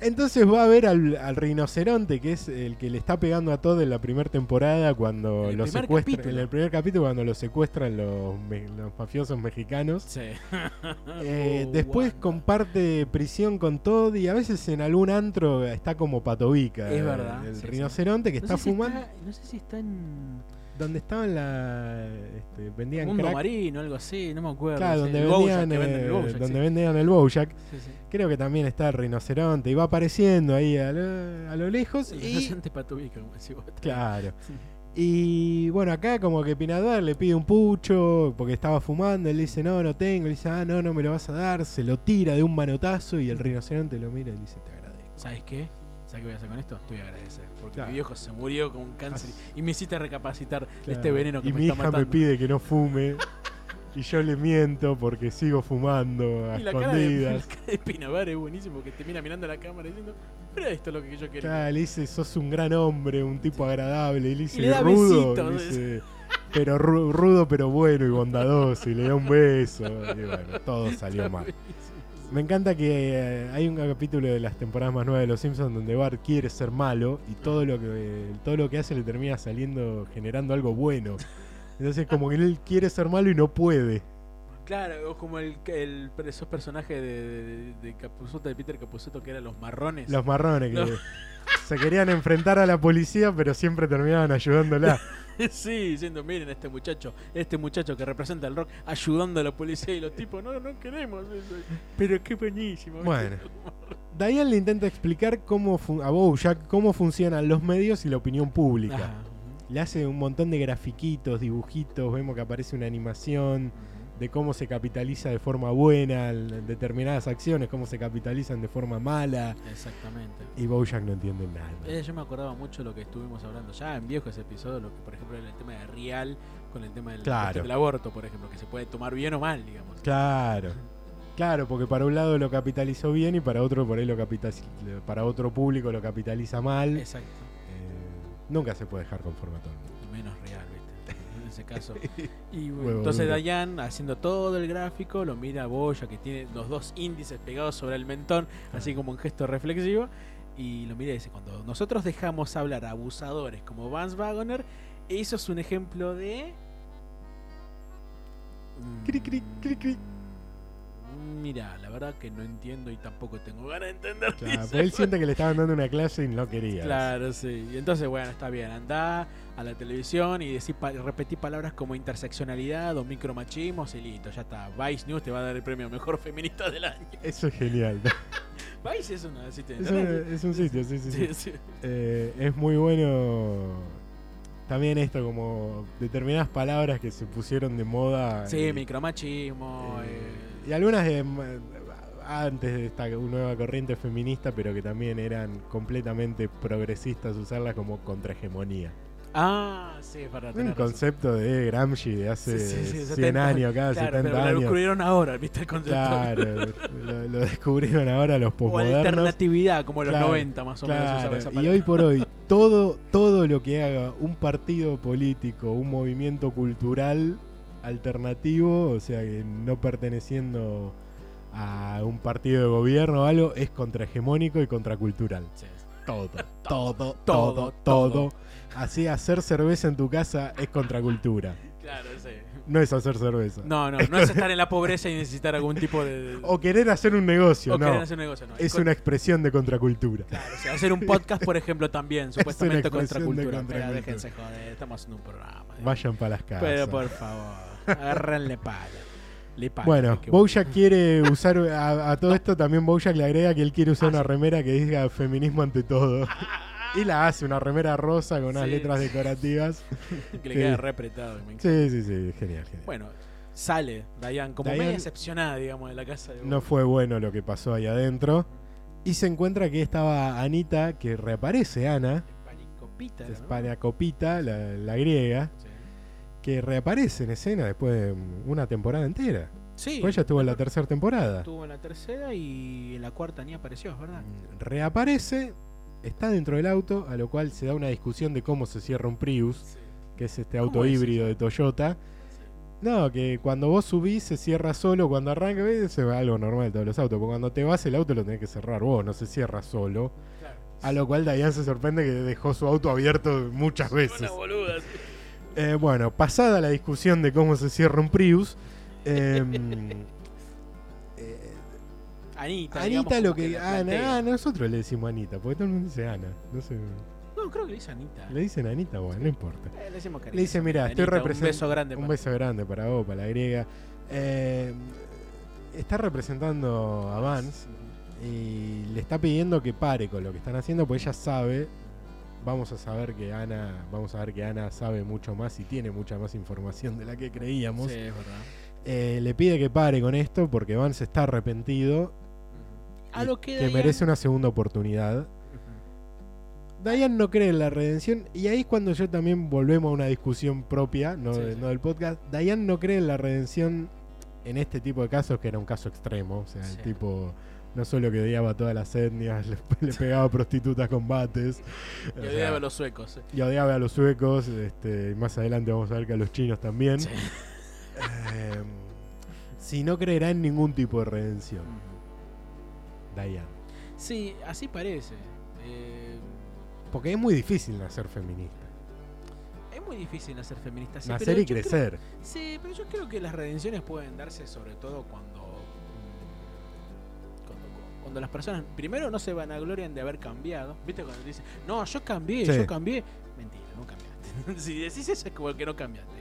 A: Entonces va a ver al, al rinoceronte, que es el que le está pegando a todo en la primera temporada cuando
B: En el
A: lo
B: primer
A: secuestran.
B: capítulo.
A: En el primer capítulo, cuando lo secuestran los, me- los mafiosos mexicanos.
B: Sí.
A: Eh,
B: Oh,
A: después
B: Wanda.
A: comparte prisión con Todd y a veces en algún antro está como patovica.
B: Es verdad,
A: El
B: sí, sí.
A: rinoceronte que
B: No
A: está
B: sé si
A: fumando.
B: está- no sé si está en
A: Donde estaban la. este, vendían
B: Mundo
A: crack.
B: Marino, algo así, no me acuerdo.
A: Claro,
B: sí.
A: donde
B: El Bojack,
A: vendían,
B: que venden el
A: eh,
B: Bojack,
A: donde
B: sí.
A: vendían el Bojack.
B: Sí, sí.
A: Creo que también está el rinoceronte y va apareciendo ahí a lo, a lo lejos.
B: El
A: Y,
B: inocente patubica, como decís vos.
A: claro.
B: Sí.
A: Y bueno, acá como que Pinadar le pide un pucho porque estaba fumando. Él dice, no, no tengo. Le dice, ah, no, no me lo vas a dar. Se lo tira de un manotazo y el rinoceronte lo mira y le dice, te agradezco.
B: ¿Sabes qué? ¿Sabes qué voy a hacer con esto? Te voy a agradecer. Porque
A: Claro.
B: mi viejo se murió con un cáncer y me hiciste recapacitar de este
A: Claro.
B: veneno que
A: y
B: me
A: mi
B: está
A: hija
B: matando.
A: me pide que no fume. y yo le miento porque sigo fumando a
B: y la cara, de, la
A: escondidas.
B: cara de Pinabar es buebuenísimo porque te mira mirando a la cámara diciendo, pero esto es lo que yo quería.
A: Claro, le dice, sos un gran hombre, un tipo agradable. Y le dice,
B: le da
A: rudo.
B: besitos,
A: le dice, pero ru- rudo, pero bueno y bondadoso. Y le da un beso. Y bueno, todo salió mal. Me encanta que eh, hay un capítulo de las temporadas más nuevas de Los Simpsons donde Bart quiere ser malo y todo lo que todo lo que hace le termina saliendo generando algo bueno. Entonces como que él quiere ser malo y no puede.
B: Claro, o como el, el- esos personajes de, de, de Capuzotto, de Peter Capuzotto que eran los marrones.
A: Los marrones que
B: No.
A: se querían enfrentar a la policía pero siempre terminaban ayudándola.
B: sí, diciendo, miren a este muchacho, este muchacho que representa el rock, ayudando a la policía y los tipos, no, no queremos eso. Pero qué buenísimo.
A: Bueno. Diane le intenta explicar cómo fun- a Bojack cómo funcionan los medios y la opinión pública.
B: Ajá.
A: Le hace un montón de grafiquitos, dibujitos, vemos que aparece una animación. de cómo se capitaliza de forma buena l- determinadas acciones, cómo se capitalizan de forma mala.
B: Exactamente.
A: Y Bojack no entiende nada.
B: Eh, yo me acordaba mucho lo que estuvimos hablando ya en viejos episodios, lo que por ejemplo era el tema de Real con el tema del,
A: Claro.
B: del aborto, por ejemplo, que se puede tomar bien o mal, digamos.
A: Claro. Claro, porque para un lado lo capitalizó bien y para otro por ahí lo capitaliza, para otro público lo capitaliza mal.
B: Exacto.
A: Eh, nunca se puede dejar conforme a todo el mundo.
B: Y menos real, ¿viste? En ese caso. Y bueno,
A: Huevo
B: entonces
A: duro.
B: Dayan haciendo todo el gráfico, lo mira a Boya, que tiene los dos índices pegados sobre el mentón,
A: Ah.
B: así como un gesto reflexivo, y lo mira y dice, cuando nosotros dejamos hablar a abusadores como Vance Wagoner, eso es un ejemplo de...
A: Cri, cri, cri, cri.
B: Mm, Mira, la verdad que no entiendo y tampoco tengo ganas de entender.
A: Claro,
B: dice.
A: porque él siente que le estaban dando una clase y no quería.
B: Claro, sí. Y entonces, bueno, está bien, andá a la televisión y decir pa- repetí palabras como interseccionalidad o micromachismos y listo, ya está. Vice News te va a dar el premio Mejor Feminista del Año.
A: Eso es genial.
B: Vice es una así te-
A: Es un, es un sitio, sí, sí, sí.
B: Sí, sí.
A: Eh, es muy bueno también esto, como determinadas palabras que se pusieron de moda.
B: Sí,
A: y-
B: micromachismo.
A: Eh,
B: eh,
A: y algunas de, ma- antes de esta nueva corriente feminista, pero que también eran completamente progresistas, usarlas como contrahegemonía.
B: Ah, sí, para
A: Un
B: tener
A: concepto de Gramsci de hace 100 años, cada 70
B: Lo
A: años.
B: descubrieron ahora, ¿viste el concepto?
A: Claro, lo, lo descubrieron ahora los
B: O
A: posmodernos.
B: alternatividad, como los
A: Claro,
B: 90 más o menos. usaba
A: Claro,
B: esa
A: y
B: palabra.
A: hoy por hoy, todo, todo lo que haga un partido político, un movimiento cultural alternativo, o sea, que no perteneciendo a un partido de gobierno o algo, es contrahegemónico y contracultural.
B: Sí, sí.
A: Todo, todo,
B: Todo,
A: todo,
B: todo.
A: todo. Así, hacer cerveza en tu casa es contracultura.
B: Claro, sí.
A: No es hacer cerveza.
B: No, no, no es estar en la pobreza y necesitar algún tipo de...
A: O querer hacer un negocio,
B: O
A: no.
B: querer hacer un negocio, no.
A: Es
B: Con-
A: una expresión de contracultura.
B: Claro, o sea, hacer un podcast, por ejemplo, también, supuestamente contra
A: expresión de
B: cultura. Pero
A: contracultura.
B: déjense joder, estamos haciendo un programa. ¿eh?
A: Vayan para las casas.
B: Pero por favor, agárrenle pala. Le pala.
A: Bueno,
B: que-
A: Bojack quiere usar a, a todo esto también Bojack le agrega que él quiere
B: Ah,
A: usar una remera que diga feminismo ante todo. Y la hace, una remera rosa con unas
B: Sí.
A: letras decorativas.
B: que le queda
A: sí.
B: re apretado. me encanta.
A: Sí, sí, sí, genial, genial.
B: Bueno, sale Dayan como
A: Diane-
B: medio decepcionada, digamos, de la casa de
A: No fue bueno lo que pasó ahí adentro. Y se encuentra que estaba Anita, que reaparece Ana,
B: Panicopita, ¿no?
A: España Copita, la, la griega,
B: Sí.
A: que reaparece en escena después de una temporada entera.
B: Sí,
A: Pues ella estuvo en la tercera temporada.
B: estuvo en la tercera y en la cuarta ni apareció, es verdad.
A: Reaparece, está dentro del auto, a lo cual se da una discusión de cómo se cierra un Prius, que es este auto
B: ¿Cómo es
A: híbrido de Toyota. No, que cuando vos subís se cierra solo, cuando arranca, ¿ves? eso es algo normal de todos los autos, porque cuando te vas el auto lo tenés que cerrar vos, no se cierra solo. A lo cual Dayan se sorprende que dejó su auto abierto muchas veces.
B: boluda.
A: Eh, bueno, pasada la discusión de cómo se cierra un Prius, em, eh,
B: Anita. digamos,
A: Anita
B: como
A: lo
B: que
A: que...
B: la
A: Ana,
B: plantea.
A: ah, nosotros le decimos Anita, porque todo el mundo dice Ana. No sé,
B: No, creo que le dice Anita.
A: le dicen Anita, bueno, no importa.
B: Eh, le decimos cariño.
A: Le dice, mira, estoy
B: Anita, Un
A: representando...
B: beso grande.
A: Un
B: para-
A: beso grande para vos, para la griega. Eh, está representando a Vance y le está pidiendo que pare con lo que están haciendo, porque ella sabe. Vamos a saber que Ana, vamos a ver que Ana sabe mucho más y tiene mucha más información de la que creíamos.
B: Sí, es verdad.
A: Eh, le pide que pare con esto porque Vance está arrepentido,
B: A
A: y
B: lo que,
A: que
B: Diane-
A: merece una segunda oportunidad.
B: Ujú.
A: Diane no cree en la redención y ahí es cuando yo también volvemos a una discusión propia, no,
B: Sí,
A: de-
B: sí.
A: no del podcast. Diane no cree en la redención en este tipo de casos que era un caso extremo, o sea,
B: Sí.
A: el tipo no solo que odiaba a todas las etnias, le, le pegaba a prostitutas combates
B: Y odiaba a los suecos. eh.
A: y odiaba a los suecos, este, y más adelante vamos a ver que a los chinos también.
B: Sí.
A: Eh, si no creerá en ningún tipo de redención, Diane.
B: Sí, así parece. Eh,
A: Porque es muy difícil nacer feminista,
B: es muy difícil nacer feminista. sí,
A: nacer
B: pero
A: y
B: yo creo-
A: crecer.
B: sí, pero yo creo que las redenciones pueden darse sobre todo cuando, cuando cuando las personas primero no se vanaglorian de haber cambiado. ¿Viste cuando dicen, no, yo cambié,
A: Sí.
B: yo cambié? Mentira, no cambiaste. si decís eso es como que no cambiaste.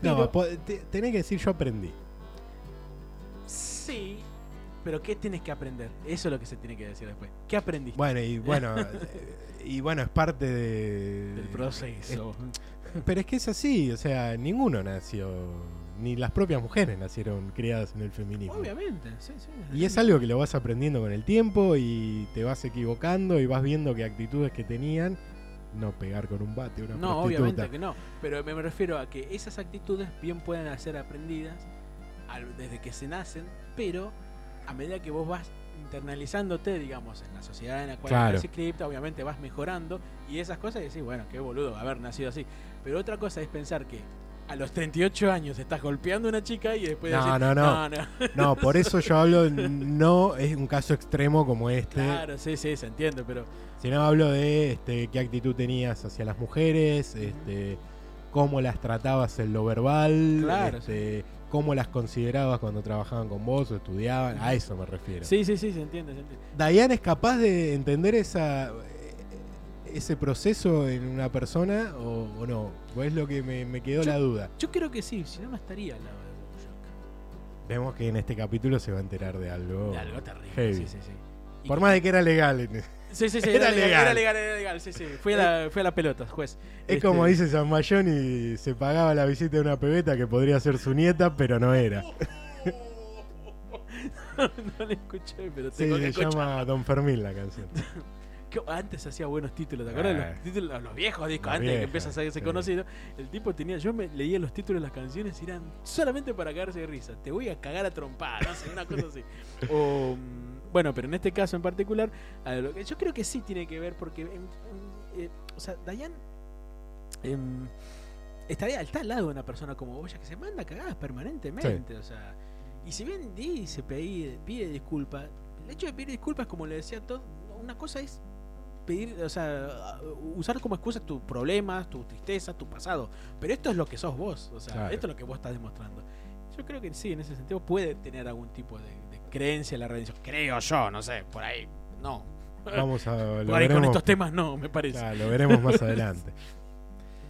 A: No,
B: Pero-
A: po- te- tenés que decir yo aprendí.
B: Sí, pero ¿qué tienes que aprender? Eso es lo que se tiene que decir después. ¿Qué aprendiste
A: Bueno, y bueno, y bueno, es parte de...
B: del proceso?
A: Pero eh, es que es así, o sea, ninguno nació, ni las propias mujeres nacieron criadas en el feminismo.
B: Obviamente, sí, sí.
A: Y es algo que lo vas aprendiendo con el tiempo y te vas equivocando y vas viendo qué actitudes que tenían. No pegar con un bate, una
B: No,
A: prostituta.
B: obviamente que no. Pero me me refiero a que esas actitudes bien pueden ser aprendidas al- desde que se nacen, pero a medida que vos vas internalizándote, digamos, en la sociedad en la cual
A: Claro.
B: estás inscripta, obviamente vas mejorando y esas cosas y decís, bueno, qué boludo haber nacido así. Pero otra cosa es pensar que a los 38 años estás golpeando a una chica y después
A: No,
B: decís,
A: no, no. No, por eso yo hablo, no es un caso extremo como este,
B: Claro, sí, sí, se entiende, pero
A: sino hablo de este, qué actitud tenías hacia las mujeres, este, cómo las tratabas en lo verbal,
B: Claro,
A: este, cómo las considerabas cuando trabajaban con vos o estudiaban, a eso me refiero.
B: sí, sí, sí, se entiende, se entiende.
A: Diane es capaz de entender esa ese proceso en una persona o, o no? O es lo que me, me quedó
B: Yo-
A: la duda.
B: Yo creo que sí, si no, no estaría al lado de Bojack.
A: Vemos que en este capítulo se va a enterar de algo.
B: De algo terrible.
A: Oh, heavy.
B: Sí, sí, sí. Y
A: Por
B: que-
A: más de que era legal. Es
B: Sí, sí, sí,
A: Era
B: era, legal,
A: legal.
B: Era legal, era legal, sí, sí. Fui a la, fui a la pelota, juez. Este,
A: como dice San Mayón y se pagaba la visita de una pebeta que podría ser su nieta, pero no era.
B: no le escuché, pero
A: Sí,
B: tengo que
A: se
B: escuchar.
A: llama Don Fermín la canción.
B: Que Antes hacía buenos títulos, ¿te acuerdas?
A: Ah.
B: Los, títulos, los viejos discos,
A: Los
B: antes de que
A: viejos,
B: empiezas a hacerse
A: sí.
B: conocido. El tipo tenía. Yo me leía los títulos de las canciones y eran solamente para cagarse de risa. Te voy a cagar a trompar, no sé, una cosa así. O, mm, bueno, pero en este caso en particular, a lo que- yo creo que sí tiene que ver porque. em, em, eh, o sea, Dayan. em, estaría, está al lado de una persona como Boya que se manda cagadas permanentemente. O sea, y si bien dice, pide, pide disculpas, el hecho de pedir disculpas, como le decía todo, una cosa es pedir, o sea, usar como excusa tus problemas, tu tristeza, tu pasado. Pero esto es lo que sos vos, o sea,
A: Claro.
B: esto es lo que vos estás demostrando. Yo creo que sí, en ese sentido puede tener algún tipo de, de creencia en la redención. Creo yo, no sé, por ahí no.
A: Vamos a lo
B: por ahí con
A: veremos-
B: estos temas no, me parece.
A: Claro, lo veremos más adelante.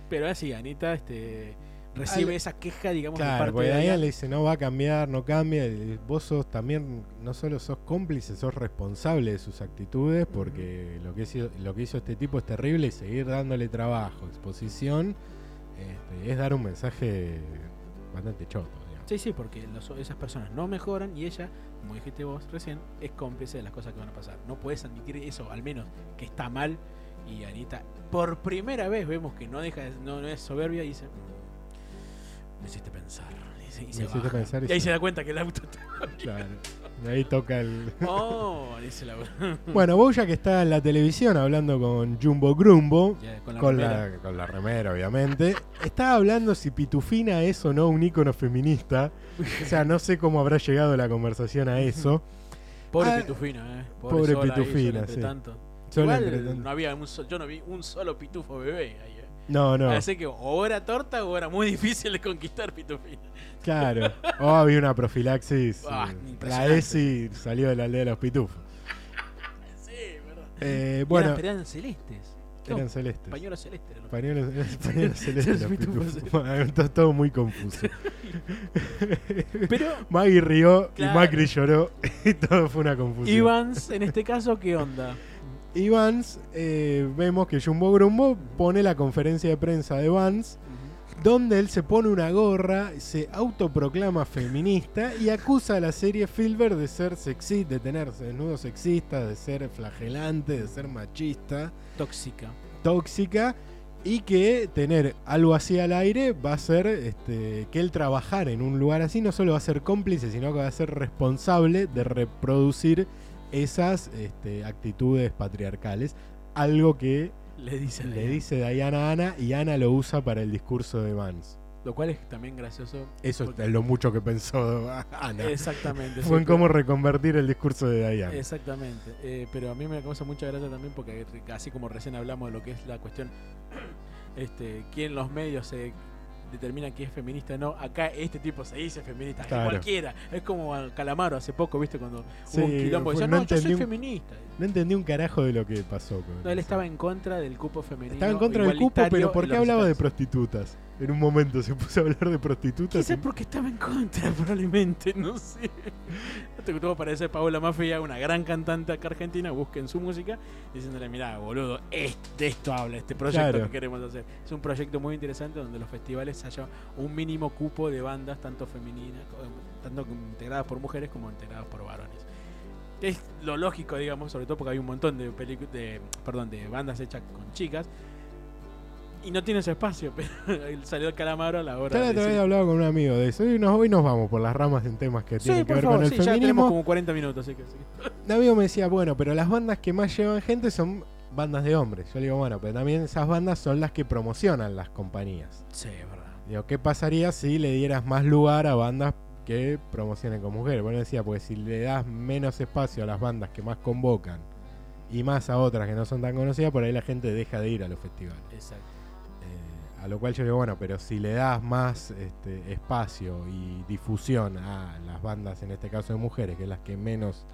B: Pero así, Anita este, recibe
A: Al-
B: esa queja, digamos, de
A: Claro,
B: parte
A: porque
B: de
A: Diane
B: ella.
A: le dice, no va a cambiar, no cambia. y Vos sos también, no solo sos cómplice, sos responsable de sus actitudes, porque lo que hizo, lo que hizo este tipo es terrible y seguir dándole trabajo, exposición, este, es dar un mensaje bastante choto. digamos.
B: Sí, sí, porque los- esas personas no mejoran y ella, como dijiste vos recién, es cómplice de las cosas que van a pasar. No puedes admitir eso, al menos que está mal. Y Anita, por primera vez vemos que no deja, de- no, no es soberbia y dice, "Mm, me hiciste pensar. le dice, y se
A: hiciste
B: baja.
A: pensar y
B: Y ahí
A: se-
B: se da cuenta que el auto está...
A: Claro. Ahí toca el.
B: Oh, dice la
A: Bueno, Bojack está en la televisión hablando con Jumbo Grumbo.
B: Ya, con la
A: Con
B: remera.
A: la, con la remera, obviamente. Está hablando si Pitufina es o no un ícono feminista. O sea, no sé cómo habrá llegado la conversación a eso.
B: Pobre
A: Ah,
B: Pitufina, eh.
A: pobre
B: sola ahí,
A: Pitufina,
B: sola entre
A: sí.
B: tanto.
A: Solo
B: Igual, eh,
A: entre tanto-
B: no había un so- yo no vi un solo pitufo bebé ahí, eh.
A: No, no,
B: Así que o era torta o era muy difícil de conquistar Pitufina.
A: claro. Oh, había una profilaxis.
B: Ah,
A: eh, la
B: impresionante.
A: ESI salió de la aldea de los pitufos.
B: Sí, verdad.
A: Eh,
B: Y
A: bueno,
B: eran- pero eran celestes.
A: eran celestes.
B: Pañuelos celestes. eran los-
A: Españoles, españoles celestes, los
B: pitufos
A: pitufos. Está todo muy confuso.
B: Pero
A: Maggie rió y
B: Claro.
A: Macri lloró. Y todo fue una confusión.
B: Ivans, en este caso, ¿qué onda?
A: Y Vance, eh, vemos que Jumbo Grumbo pone la conferencia de prensa de Vance, donde él se pone una gorra, se autoproclama feminista y acusa a la serie Filber de ser sexista, de tener desnudos sexistas, de ser flagelante, de ser machista,
B: Tóxica.
A: tóxica. Y que tener algo así al aire va a ser este, que él trabajar en un lugar así no solo va a ser cómplice, sino que va a ser responsable de reproducir esas este, actitudes patriarcales. Algo que
B: Le dicen.
A: le dice Diana a Ana y Ana lo usa para el discurso de Vance.
B: Lo cual es también gracioso.
A: Eso
B: porque-
A: es lo mucho que pensó Ana.
B: Exactamente.
A: Fue en
B: sí,
A: cómo reconvertir el discurso de Diana.
B: Exactamente, eh, pero a mí me causa mucha gracia también porque re- así como recién hablamos de lo que es la cuestión, este, quién los medios se determina que es feminista o no, acá este tipo se dice feminista, es
A: Claro.
B: cualquiera, es como a Calamaro hace poco, viste, cuando
A: Sí,
B: hubo un quilombo,
A: fue-
B: decía,
A: no
B: no, yo soy
A: entendí-
B: feminista.
A: No entendí un carajo de lo que pasó. Con
B: No, él
A: eso.
B: estaba en contra del cupo femenino.
A: Estaba en contra del cupo,
B: igualitario
A: pero ¿por
B: y
A: qué
B: lo
A: hablaba de
B: respeto.
A: prostitutas? En un momento se puso a hablar de prostitutas.
B: Quizás
A: y-
B: porque estaba en contra, probablemente, no sé. Esto que tuvo parece Paola Mafia, una gran cantante acá argentina, busquen su música, diciéndole, mirá, boludo, es- de esto habla este proyecto
A: Claro.
B: que queremos hacer. Es un proyecto muy interesante donde los festivales haya un mínimo cupo de bandas, tanto femeninas, co- eh, tanto integradas por mujeres como integradas por varones. Es lo lógico, digamos, sobre todo porque hay un montón de pelicu- de, perdón, de bandas hechas con chicas. Y no tiene ese espacio, pero salió el calamaro a la hora
A: Yo la
B: de
A: otra
B: decir-
A: vez hablaba con un amigo de eso. Y nos, hoy nos vamos por las ramas en temas que
B: Sí,
A: tienen que
B: por
A: ver
B: favor,
A: con el
B: sí, ya tenemos
A: feminismo.
B: como 40 minutos, así que sí.
A: Un amigo me decía, bueno, pero las bandas que más llevan gente son bandas de hombres. Yo le digo, bueno, pero también esas bandas son las que promocionan las compañías.
B: Sí, es verdad.
A: Digo, ¿qué pasaría si le dieras más lugar a bandas que promocionen con mujeres? Bueno, decía, porque si le das menos espacio a las bandas que más convocan y más a otras que no son tan conocidas, por ahí la gente deja de ir a los festivales.
B: Exacto.
A: Eh, a lo cual yo digo, bueno, pero si le das más este, espacio y difusión a las bandas, en este caso de mujeres, que es las que menos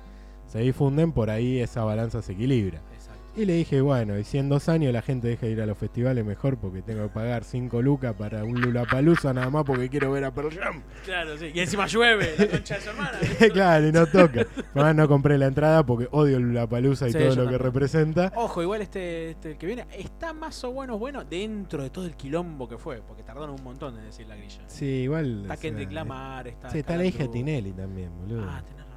A: se difunden, por ahí esa balanza se equilibra.
B: Exacto.
A: Y le dije, bueno, y si en dos años la gente deja de ir a los festivales, mejor porque tengo que pagar 5 lucas para un Lulapalooza nada más porque quiero ver a Pearl Jam.
B: Claro, sí. Y encima llueve, la concha de su hermana.
A: claro, y no toca. Además no compré la entrada porque odio el Lulapalooza y
B: Sí,
A: todo
B: yo
A: lo que
B: también.
A: representa.
B: Ojo, igual este, este el que viene está más o menos bueno dentro de todo el quilombo que fue, porque tardaron un montón en decir la grilla.
A: Sí, igual...
B: Está
A: o sea,
B: Kendrick Lamar, está.
A: Sí, está la hija de
B: Calandru.
A: Tinelli también, boludo.
B: Ah, tenés razón.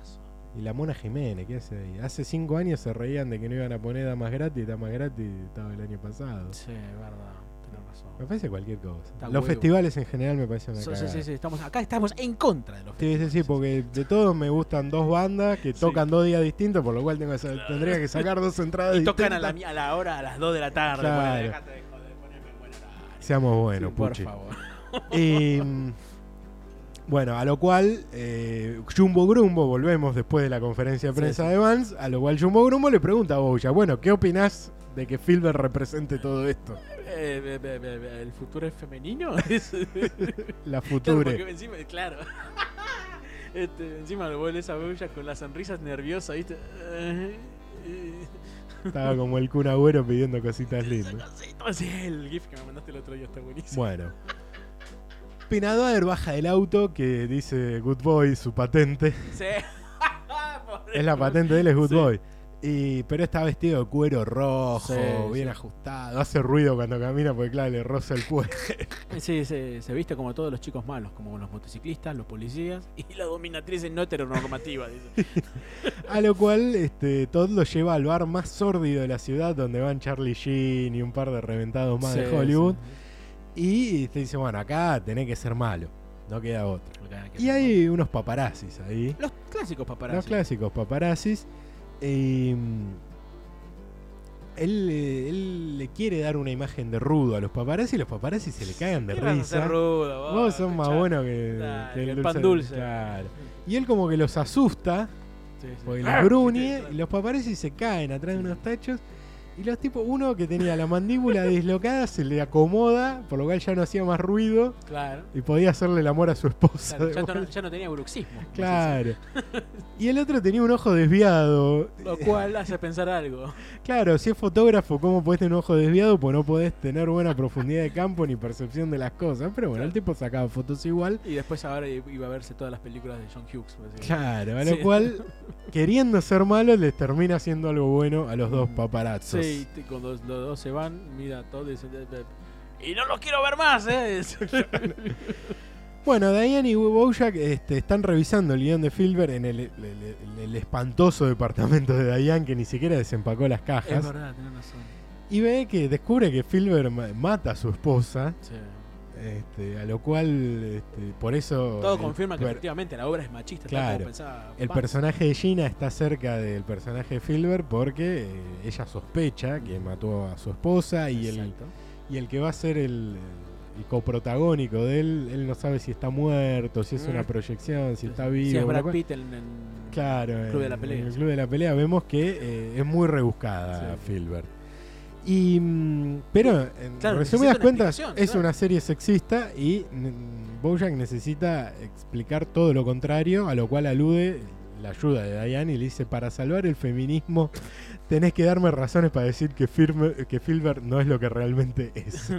A: Y la Mona Jiménez, ¿qué hace ahí? Hace cinco años se reían de que no iban a poner damas gratis, damas gratis estaba el año pasado.
B: Sí, es verdad. Tenés
A: Me
B: razón.
A: parece cualquier cosa.
B: Está
A: Los
B: huevo.
A: festivales en general me parecen una
B: So- sí,
A: cagada.
B: sí, sí, estamos, acá estamos en contra de los
A: Sí, sí, sí, porque de todos me gustan dos bandas que
B: Sí.
A: tocan dos días distintos, por lo cual tengo que sa- tendría que sacar dos entradas
B: Y
A: distintas.
B: tocan a la, mi- a la hora, a las 2 de la tarde.
A: Claro.
B: Bueno, dejate de joder, poneme en buen horario.
A: Seamos buenos,
B: Sí, por
A: Puchi.
B: favor.
A: Y, mm, bueno, a lo cual eh, Jumbo Grumbo, volvemos después de la conferencia de
B: Sí,
A: prensa
B: sí.
A: de Vance, a lo cual Jumbo Grumbo le pregunta a Boya, bueno, ¿qué opinás de que Filber represente todo esto?
B: Eh, be- be- be- be- ¿El futuro es femenino? Es-
A: La
B: claro,
A: future.
B: porque encima, claro. Este, encima lo vuelves a Bella con las sonrisas nerviosas, ¿viste? Eh, eh,
A: Estaba como el Kun Agüero pidiendo cositas
B: esa
A: lindas.
B: cosita, sí, el GIF que me mandaste el otro día está buenísimo.
A: Bueno. Pinadoer baja del auto que dice Good Boy, su patente.
B: Sí. Pobre
A: Es la patente de él, es Good
B: Sí.
A: Boy. Y, pero está vestido de cuero rojo,
B: Sí,
A: bien
B: sí.
A: ajustado. Hace ruido cuando camina porque, claro, le roza el cuero.
B: Sí, se, se viste como todos los chicos malos, como los motociclistas, los policías y la dominatriz no heteronormativa. Dice.
A: A lo cual este, Todd lo lleva al bar más sórdido de la ciudad donde van Charlie Sheen y un par de reventados más
B: Sí,
A: de Hollywood.
B: sí.
A: Y te dice, bueno, acá tenés que ser malo. No queda otra.
B: Acá, que
A: Y
B: se-
A: hay unos paparazzis ahí.
B: Los clásicos paparazzi.
A: Los clásicos paparazzis. Eh, él, eh, él le quiere dar una imagen de rudo a los paparazzi y los paparazzi se le cagan de
B: ¿Qué vas a hacer
A: risa.
B: rudo, vos,
A: Vos sos más
B: escuchá?
A: bueno que,
B: Dale,
A: que
B: que el pan dulce.
A: Claro. Y él como que los asusta,
B: Sí, sí.
A: porque
B: Ah,
A: los gruñe,
B: sí,
A: y los paparazzi se caen atrás de unos tachos. Y los tipos, uno que tenía la mandíbula dislocada, se le acomoda, por lo cual ya no hacía más ruido
B: Claro.
A: y podía hacerle el amor a su esposa.
B: Claro,
A: de
B: ya, no,
A: vuelta.
B: ya no tenía bruxismo.
A: Claro. Y el otro tenía un ojo desviado.
B: Lo cual hace pensar algo.
A: Claro, si es fotógrafo, ¿cómo puedes tener un ojo desviado? Pues no podés tener buena profundidad de campo ni percepción de las cosas. Pero bueno, el tipo sacaba fotos igual.
B: Y después ahora iba a verse todas las películas de John Hughes. pues, eh. por decir.
A: Claro, a lo
B: Sí.
A: cual, queriendo ser malo, les termina haciendo algo bueno a los dos paparazzos.
B: Sí, te- cuando los dos se van, mira todo y dice, "Eh, eh, Y no los quiero ver más, ¿eh?
A: Bueno, Diane y Bojack este, están revisando el guión de Filber en el, el- el- el espantoso departamento de Diane que ni siquiera desempacó las
B: es
A: cajas.
B: verdad, tenés razón.
A: Y ve que descubre que Filber ma- mata a su esposa.
B: Sí.
A: Este, a lo cual, este, por eso.
B: Todo
A: el-
B: confirma que
A: ver-
B: efectivamente la obra es machista. tal
A: Claro.
B: como pensaba
A: El
B: Bach.
A: personaje de Gina está cerca del personaje de Filber porque eh, ella sospecha que mató a su esposa y el,
B: Exacto.
A: y el que va a ser el, el coprotagónico de él, él no sabe si está muerto, si es
B: Mm.
A: una proyección, si está
B: Si
A: vivo.
B: es
A: una
B: Brad
A: cosa-
B: Pitt en, en-
A: Claro,
B: Club de
A: en-
B: la Pelea.
A: en el Club de la Pelea vemos que eh, es muy rebuscada
B: Sí.
A: Filbert. Y, mm, pero, en
B: Claro, necesita
A: resumidas
B: una
A: cuentas,
B: explicación,
A: es
B: claro.
A: una serie sexista y mm, Bojack necesita explicar todo lo contrario, a lo cual alude la ayuda de Diane y le dice, para salvar el feminismo tenés que darme razones para decir que, Firme- que Filbert no es lo que realmente es.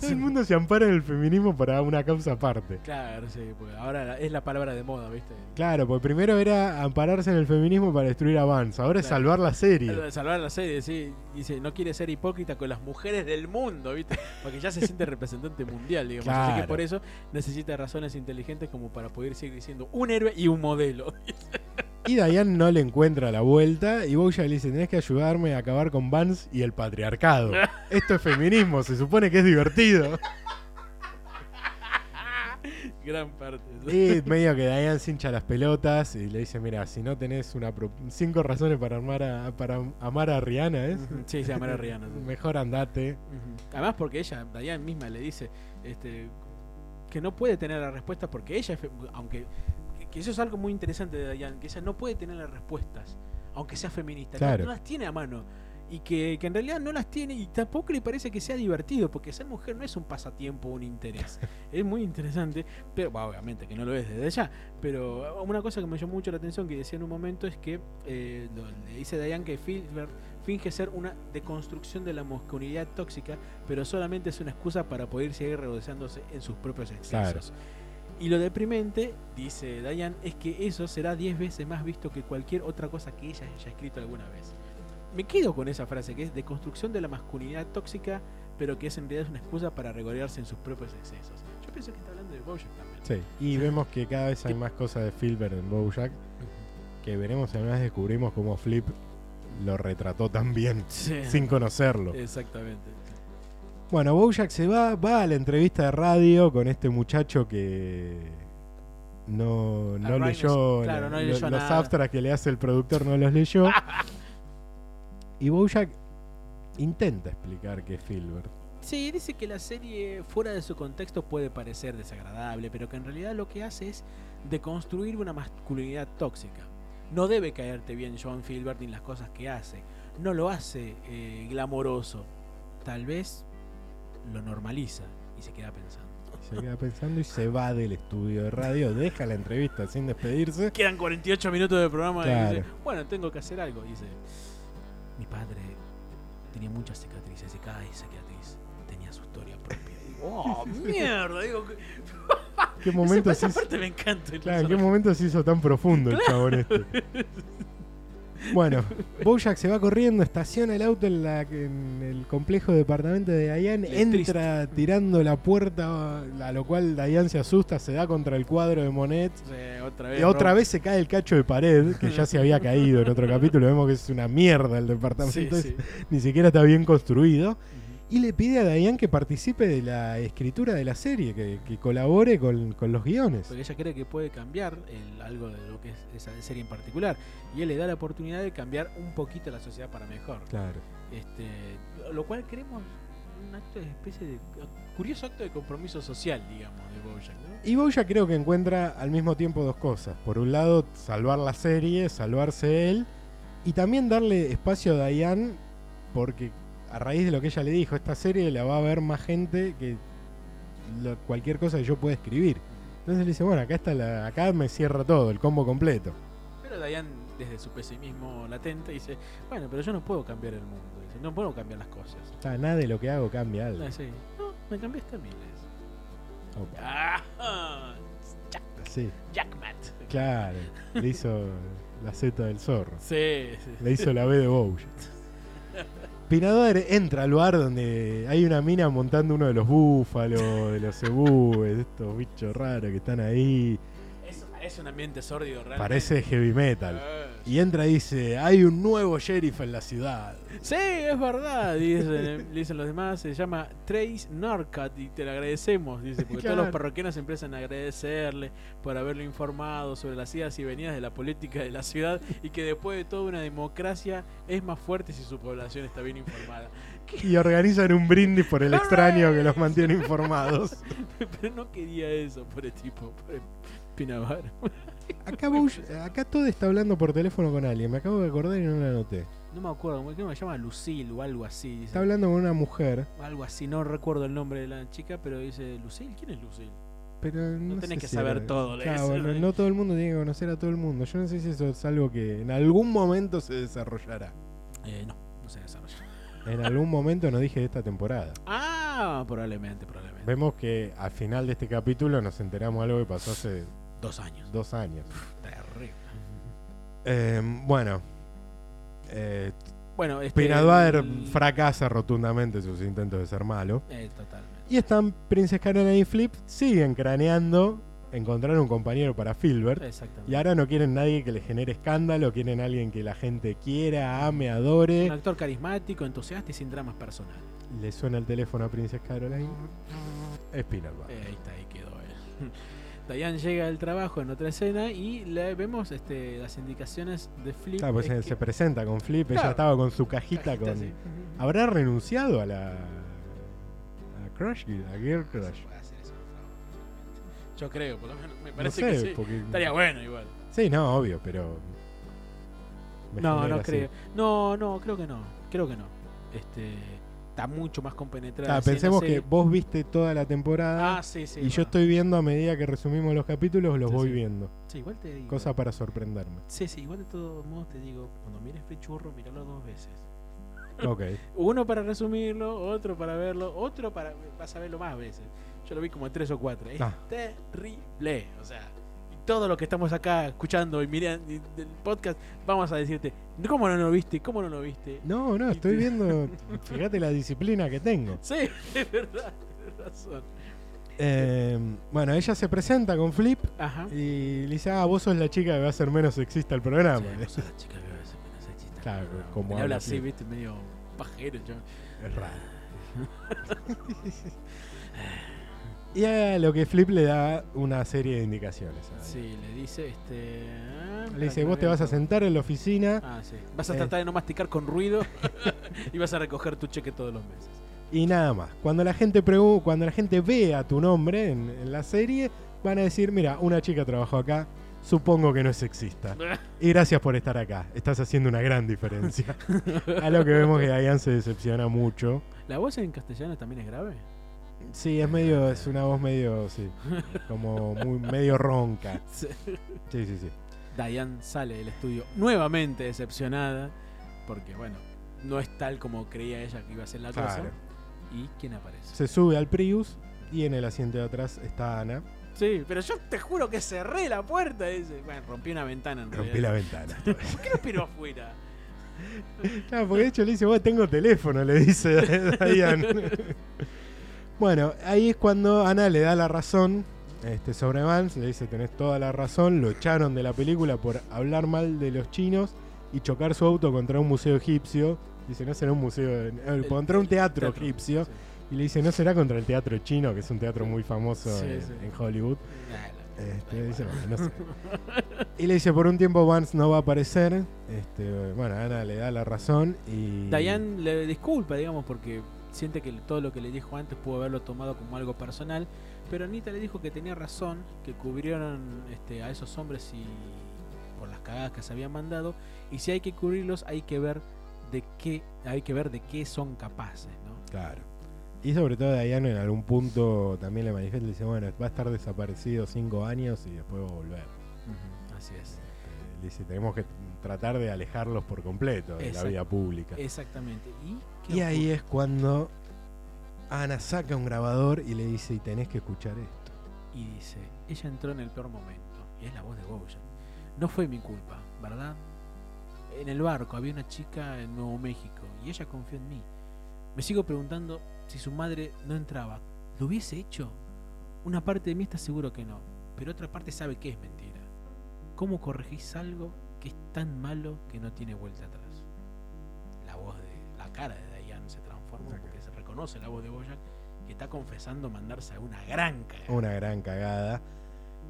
A: todo el mundo se ampara en el feminismo para una causa aparte.
B: Claro, sí, porque ahora la- es la palabra de moda, ¿viste?
A: Claro, porque primero era ampararse en el feminismo para destruir a Vance, ahora es
B: Claro.
A: salvar la serie.
B: Al Salvar la serie, sí. Dice, no quiere ser hipócrita con las mujeres del mundo, ¿viste? Porque ya se siente representante mundial, digamos. Así
A: Claro.
B: que por eso necesita razones inteligentes como para poder seguir siendo un héroe y un modelo.
A: Y Diane no le encuentra la vuelta y Bojack le dice, tenés que ayudarme a acabar con Vance y el patriarcado. Esto es feminismo, se supone que es divertido.
B: Gran parte.
A: Y medio que Diane se hincha las pelotas y le dice, mira, si no tenés una pro- cinco razones para, armar a- para amar a Rihanna, ¿es?
B: Sí, se llamará Rihanna. sí.
A: Mejor andate.
B: Ujú. Además porque ella, Diane misma le dice este, que no puede tener la respuesta porque ella, es fe- aunque que- que eso es algo muy interesante de Diane, que ella no puede tener las respuestas, aunque sea feminista, no-
A: Claro.
B: no, las tiene a mano. Y que, que en realidad no las tiene y tampoco le parece que sea divertido, porque ser mujer no es un pasatiempo, un interés. es muy interesante, pero bah, obviamente que no lo es desde ya. Pero una cosa que me llamó mucho la atención que decía en un momento es que eh, lo- le dice Diane que Filbert finge ser una deconstrucción de la masculinidad tóxica, pero solamente es una excusa para poder seguir regodeándose en sus propios excesos. Y lo deprimente, dice Diane, es que eso será 10 veces más visto que cualquier otra cosa que ella haya escrito alguna vez. Me quedo con esa frase que es deconstrucción de la masculinidad tóxica, pero que es en realidad una excusa para regodearse en sus propios excesos. Yo pienso que está hablando de Bojack también.
A: Sí. Y vemos que cada vez hay más cosas de Filbert en Bojack que veremos y además descubrimos cómo Flip lo retrató tan bien.
B: Sí.
A: sin conocerlo.
B: Exactamente.
A: Bueno, Bojack se va, va a la entrevista de radio con este muchacho que no, no
B: Ryan
A: leyó,
B: es- claro, Ah, no
A: lo-
B: leyó
A: los
B: nada.
A: abstracts que le hace el productor, no los leyó. y Bojack intenta explicar que es Filbert.
B: Sí, dice que la serie fuera de su contexto puede parecer desagradable, pero que en realidad lo que hace es deconstruir una masculinidad tóxica. No debe caerte bien John Filbert ni las cosas que hace. No lo hace eh, glamoroso. Tal vez lo normaliza y se queda pensando.
A: Se queda pensando y se va del estudio de radio, deja la entrevista sin despedirse.
B: Quedan 48 minutos de programa
A: Claro.
B: y dice, bueno, tengo que hacer algo. Y dice, mi padre tenía muchas cicatrices y cada cicatriz tenía su historia propia. Y digo, oh, mierda, digo, que-
A: ¿Qué momento
B: esa
A: se hizo,
B: parte me encanta.
A: claro, ¿en qué momento se hizo tan profundo el chabón este? Bueno, Bojack se va corriendo, estaciona el auto en, la, en el complejo de departamento de Diane,
B: Es
A: entra tirando la puerta, a lo cual Diane se asusta, se da contra el cuadro de Monet.
B: Sí, otra vez.
A: Y otra
B: Rob.
A: vez se cae el cacho de pared, que ya se había caído en otro capítulo. Vemos que es una mierda el departamento,
B: Sí,
A: es-
B: sí.
A: ni siquiera está bien construido.
B: Ujú.
A: Y le pide a Diane que participe de la escritura de la serie, que, que colabore con, con los guiones.
B: Porque ella cree que puede cambiar el- algo de lo que es esa serie en particular. Y él le da la oportunidad de cambiar un poquito la sociedad para mejor.
A: Claro.
B: Este, lo cual creemos un acto de especie de curioso acto de compromiso social, digamos, de Bojack, ¿no?
A: Y Boya creo que encuentra al mismo tiempo dos cosas. Por un lado, salvar la serie, salvarse él, y también darle espacio a Diane, porque a raíz de lo que ella le dijo, esta serie la va a ver más gente que lo- cualquier cosa que yo pueda escribir. Entonces le dice, bueno, acá está la, acá me cierra todo, el combo completo.
B: Pero Diane, desde su pesimismo latente, dice, bueno, pero yo no puedo cambiar el mundo, dice, no puedo cambiar las cosas.
A: O sea, "Ah, nada de lo que hago cambia algo.
B: No, sí. no me cambiaste a miles.
A: Opa,
B: Ah, Jack,
A: sí,
B: Jackmat.
A: claro. Le hizo la Z del zorro.
B: Sí, sí.
A: Le hizo la B de Bowie. Pinador entra al bar donde hay una mina montando uno de los búfalos, de los cebúes, de estos bichos raros que están ahí.
B: Es, es un ambiente sórdido realmente.
A: Parece heavy metal.
B: Ah,
A: Y entra y dice, hay un nuevo sheriff en la ciudad.
B: Sí, es verdad, dicen, dicen los demás. Se llama Trace Norcott y te lo agradecemos, dice, porque todos los
A: Claro.
B: parroquianos empiezan a agradecerle por haberlo informado sobre las idas y venidas de la política de la ciudad y que después de toda una democracia es más fuerte si su población está bien informada.
A: Y organizan un brindis por el extraño que los mantiene informados.
B: Pero no quería eso, pobre tipo, pobre Pinavaro.
A: Acá, Bowie- acá todo está hablando por teléfono con alguien. Me acabo de acordar y no la anoté.
B: No me acuerdo, ¿cómo se llama? Lucille o algo así. dice.
A: Está hablando con una mujer,
B: Algo así, no recuerdo el nombre de la chica, pero dice, ¿Lucille? ¿Quién es Lucille?
A: pero no,
B: No
A: sé
B: tenés que
A: si
B: saber
A: era-
B: todo, le
A: Claro,
B: dice,
A: no,
B: ¿no?
A: no todo el mundo tiene que conocer a todo el mundo. Yo no sé si eso es algo que en algún momento se desarrollará.
B: Eh, no, no se desarrolló.
A: En algún momento nos dije de esta temporada.
B: Ah, probablemente, probablemente.
A: Vemos que al final de este capítulo nos enteramos de algo que pasó hace
B: Dos años.
A: dos años.
B: Terrible.
A: Eh, bueno, eh,
B: Bueno, este...
A: Pinadwaer
B: el-
A: fracasa rotundamente sus intentos de ser malo.
B: eh, totalmente.
A: Y están Princess Caroline y Flip, siguen craneando encontrar un compañero para Filbert. Y
B: Exactamente.
A: ahora no quieren nadie que le genere escándalo, quieren alguien que la gente quiera, ame, adore.
B: Un actor carismático, entusiasta y sin dramas personales.
A: Le suena el teléfono a Princess Caroline. Es Pinadwaer.
B: Eh, ahí está, ahí quedó él. Diane llega al trabajo en otra escena y le vemos este, las indicaciones de Flip.
A: Claro, pues
B: es
A: se,
B: que-
A: se presenta con Flip, ella
B: Claro.
A: estaba con su cajita, con...
B: sí.
A: ¿Habrá renunciado a la... a Crush Girl? A Girl
B: No
A: Crush?
B: se puede hacer eso, por favor. Yo creo, por lo menos. Me parece
A: no sé,
B: que sí.
A: porque...
B: Estaría bueno igual.
A: Sí, no, obvio, pero... me
B: No,
A: genera
B: no
A: así.
B: creo. No, no, creo que no. Creo que no. Este, está mucho más compenetrada.
A: Ah,
B: así en la
A: pensemos que
B: serie.
A: vos viste toda la temporada
B: Ah, sí, sí.
A: y yo
B: bueno.
A: estoy viendo a medida que resumimos los capítulos, los
B: Sí,
A: voy
B: sí.
A: viendo.
B: Sí, igual te digo.
A: Cosa para sorprenderme.
B: Sí, sí, igual de todos modos te digo. Cuando mires Pechurro, míralo dos veces.
A: Ok.
B: Uno para resumirlo, otro para verlo, otro para. Vas a verlo más veces. Yo lo vi como tres o cuatro. Es
A: Ah.
B: terrible. O sea, y todo lo que estamos acá escuchando y mirando y del podcast, vamos a decirte: ¿Cómo no lo viste? ¿Cómo no lo viste?
A: No, no,
B: Y
A: estoy
B: te-
A: viendo... Fíjate la disciplina que tengo.
B: Sí, es verdad, tienes razón.
A: Eh, bueno, ella se presenta con Flip
B: Ajá.
A: Y le dice, ah, vos sos la chica que va a ser menos sexista el programa.
B: Sí, vos sos la chica que hace menos sexista.
A: Ah, Claro,
B: No,
A: como
B: le
A: habla
B: habla así,
A: Flip.
B: viste, medio pajero. yo-
A: Es raro. y a lo que Flip le da una serie de indicaciones. a él.
B: Sí, le dice, este. ah,
A: Le dice,
B: para
A: vos
B: que
A: te
B: no
A: vas a
B: vean
A: sentar en la
B: todo".
A: oficina
B: Ah, sí. Vas a
A: Eh.
B: tratar de no masticar con ruido y vas a recoger tu cheque todos los meses.
A: y nada más. Cuando la gente pregu- cuando la gente vea tu nombre en, en la serie, van a decir, mira, una chica trabajó acá, supongo que no es sexista. Y gracias por estar acá, estás haciendo una gran diferencia. a lo que vemos que Diane se decepciona mucho.
B: ¿La voz en castellano también es grave?
A: Sí, es medio, es una voz medio, sí, como muy medio ronca.
B: Sí.
A: Sí, sí, sí.
B: Diane sale del estudio nuevamente decepcionada porque, bueno, no es tal como creía ella que iba a ser la
A: Claro.
B: cosa. ¿Y quién aparece?
A: Se sube al Prius y en el asiento de atrás está Ana.
B: Sí, pero yo te juro que cerré la puerta. Dice. Bueno, rompí una ventana en
A: Rompí la
B: realidad.
A: ventana.
B: ¿Por qué no aspiró afuera?
A: Claro, porque de hecho le dice, vos tengo teléfono, le dice Diane. bueno, ahí es cuando Ana le da la razón este, sobre Vance, le dice, tenés toda la razón, lo echaron de la película por hablar mal de los chinos y chocar su auto contra un museo egipcio. Dice, no será un museo, eh,
B: El-
A: contra un
B: el
A: teatro, egipcio.
B: sí.
A: Y le dice, no será contra el teatro chino, que es un teatro muy famoso
B: Sí,
A: en,
B: sí.
A: en Hollywood.
B: Nah, la-
A: Este, dice, bueno, no sé. Y le dice, por un tiempo Vance no va a aparecer. Este, bueno, Ana le da la razón y...
B: Diane le disculpa, digamos, porque siente que todo lo que le dijo antes pudo haberlo tomado como algo personal. Pero Anita le dijo que tenía razón, que cubrieron este, a esos hombres y por las cagadas que se habían mandado. Y si hay que cubrirlos, hay que ver de qué, hay que ver de qué son capaces, ¿no?
A: Claro. Y sobre todo Diane en algún punto también le manifiesta, le dice, bueno, va a estar desaparecido cinco años y después va a volver. Este,
B: Así es.
A: Le dice, tenemos que tratar de alejarlos por completo de
B: Exacto.
A: la vida pública.
B: Exactamente. Y, qué
A: Y ahí es cuando Ana saca un grabador y le dice, y tenés que escuchar esto.
B: y dice, ella entró en el peor momento, y es la voz de Bojack. No fue mi culpa, ¿verdad? En el barco había una chica en Nuevo México y ella confió en mí. Me sigo preguntando si su madre no entraba. ¿Lo hubiese hecho? Una parte de mí está seguro que no, pero otra parte sabe que es mentira. ¿Cómo corregís algo que es tan malo que no tiene vuelta atrás? La voz de la cara de Diane se transforma
A: Exacto.
B: porque se reconoce la voz de Bojack que está confesando mandarse a una gran cagada.
A: Una gran cagada.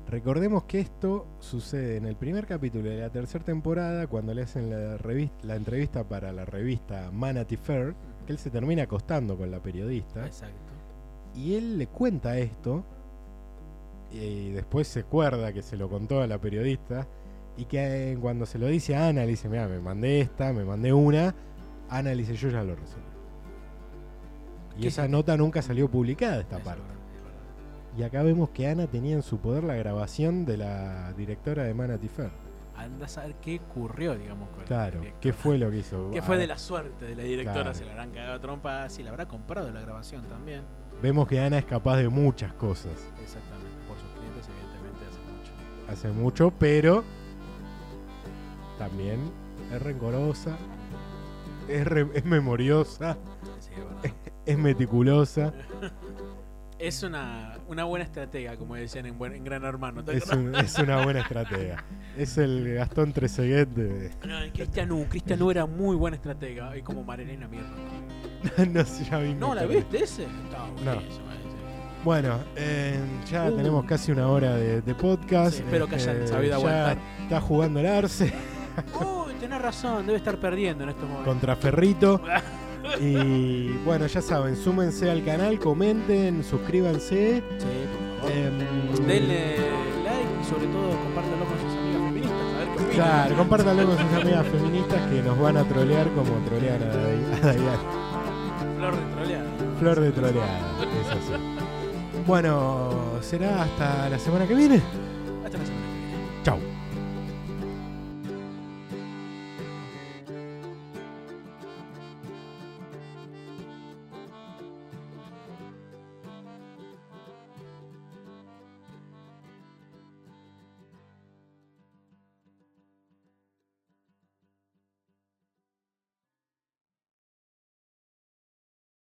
A: Recordemos que esto sucede en el primer capítulo de la tercera temporada, cuando le hacen la, revista, la entrevista para la revista Manatee Fair, que él se termina acostando con la periodista.
B: Exacto.
A: Y él le cuenta esto. Y después se acuerda que se lo contó a la periodista. Y que eh, cuando se lo dice a Ana, le dice: Mira, me mandé esta, me mandé una. Ana le dice: Yo ya lo resolví. Y
B: ¿Qué
A: esa
B: sentí?
A: nota nunca salió publicada, esta
B: Es
A: parte.
B: verdad, es verdad.
A: Y acá vemos que Ana tenía en su poder la grabación de la directora de Manatee Fair.
B: Anda a saber qué ocurrió, digamos. Con la
A: Claro,
B: directora.
A: ¿qué fue lo que hizo?
B: ¿Qué fue
A: Ah,
B: de la suerte de la directora?
A: Claro.
B: Se la habrán cagado a trompa, sí, la habrá comprado la grabación también.
A: Vemos que Ana es capaz de muchas cosas.
B: Exactamente, por sus clientes, evidentemente, hace mucho.
A: Hace mucho, pero también es rencorosa, es, re- es memoriosa,
B: Sí, es verdad.
A: es meticulosa.
B: Es una, una buena estratega, como decían en, buen- en Gran Hermano. ¿te
A: Es, un-
B: acordás?
A: es una buena estratega. Es el Gastón Treseguet de...
B: Ay, Cristian U, Cristian U era muy buena estratega, y como Marilena Mierda.
A: no sé, ya vi
B: No,
A: mucho
B: ¿la
A: de-
B: viste ese? Estaba buenísimo ese.
A: Bueno, eh, ya
B: Uh.
A: tenemos casi una hora de, de podcast.
B: Sí, espero que hayan
A: Este,
B: sabido
A: ya
B: aguantar.
A: Está jugando el Arce
B: Uy, tenés razón, debe estar perdiendo en estos momentos.
A: contra Ferrito. Y bueno, ya saben, súmense al canal, comenten, suscríbanse.
B: Sí, por favor.
A: em,
B: Denle like y sobre todo compártelo con sus amigas feministas. A ver qué opinan.
A: Claro, compártanlo con sus amigas feministas que nos van a trolear como trolean a Dai- a Dayan.
B: Flor de troleada.
A: Flor de troleada, es así. Bueno, será hasta la semana que viene.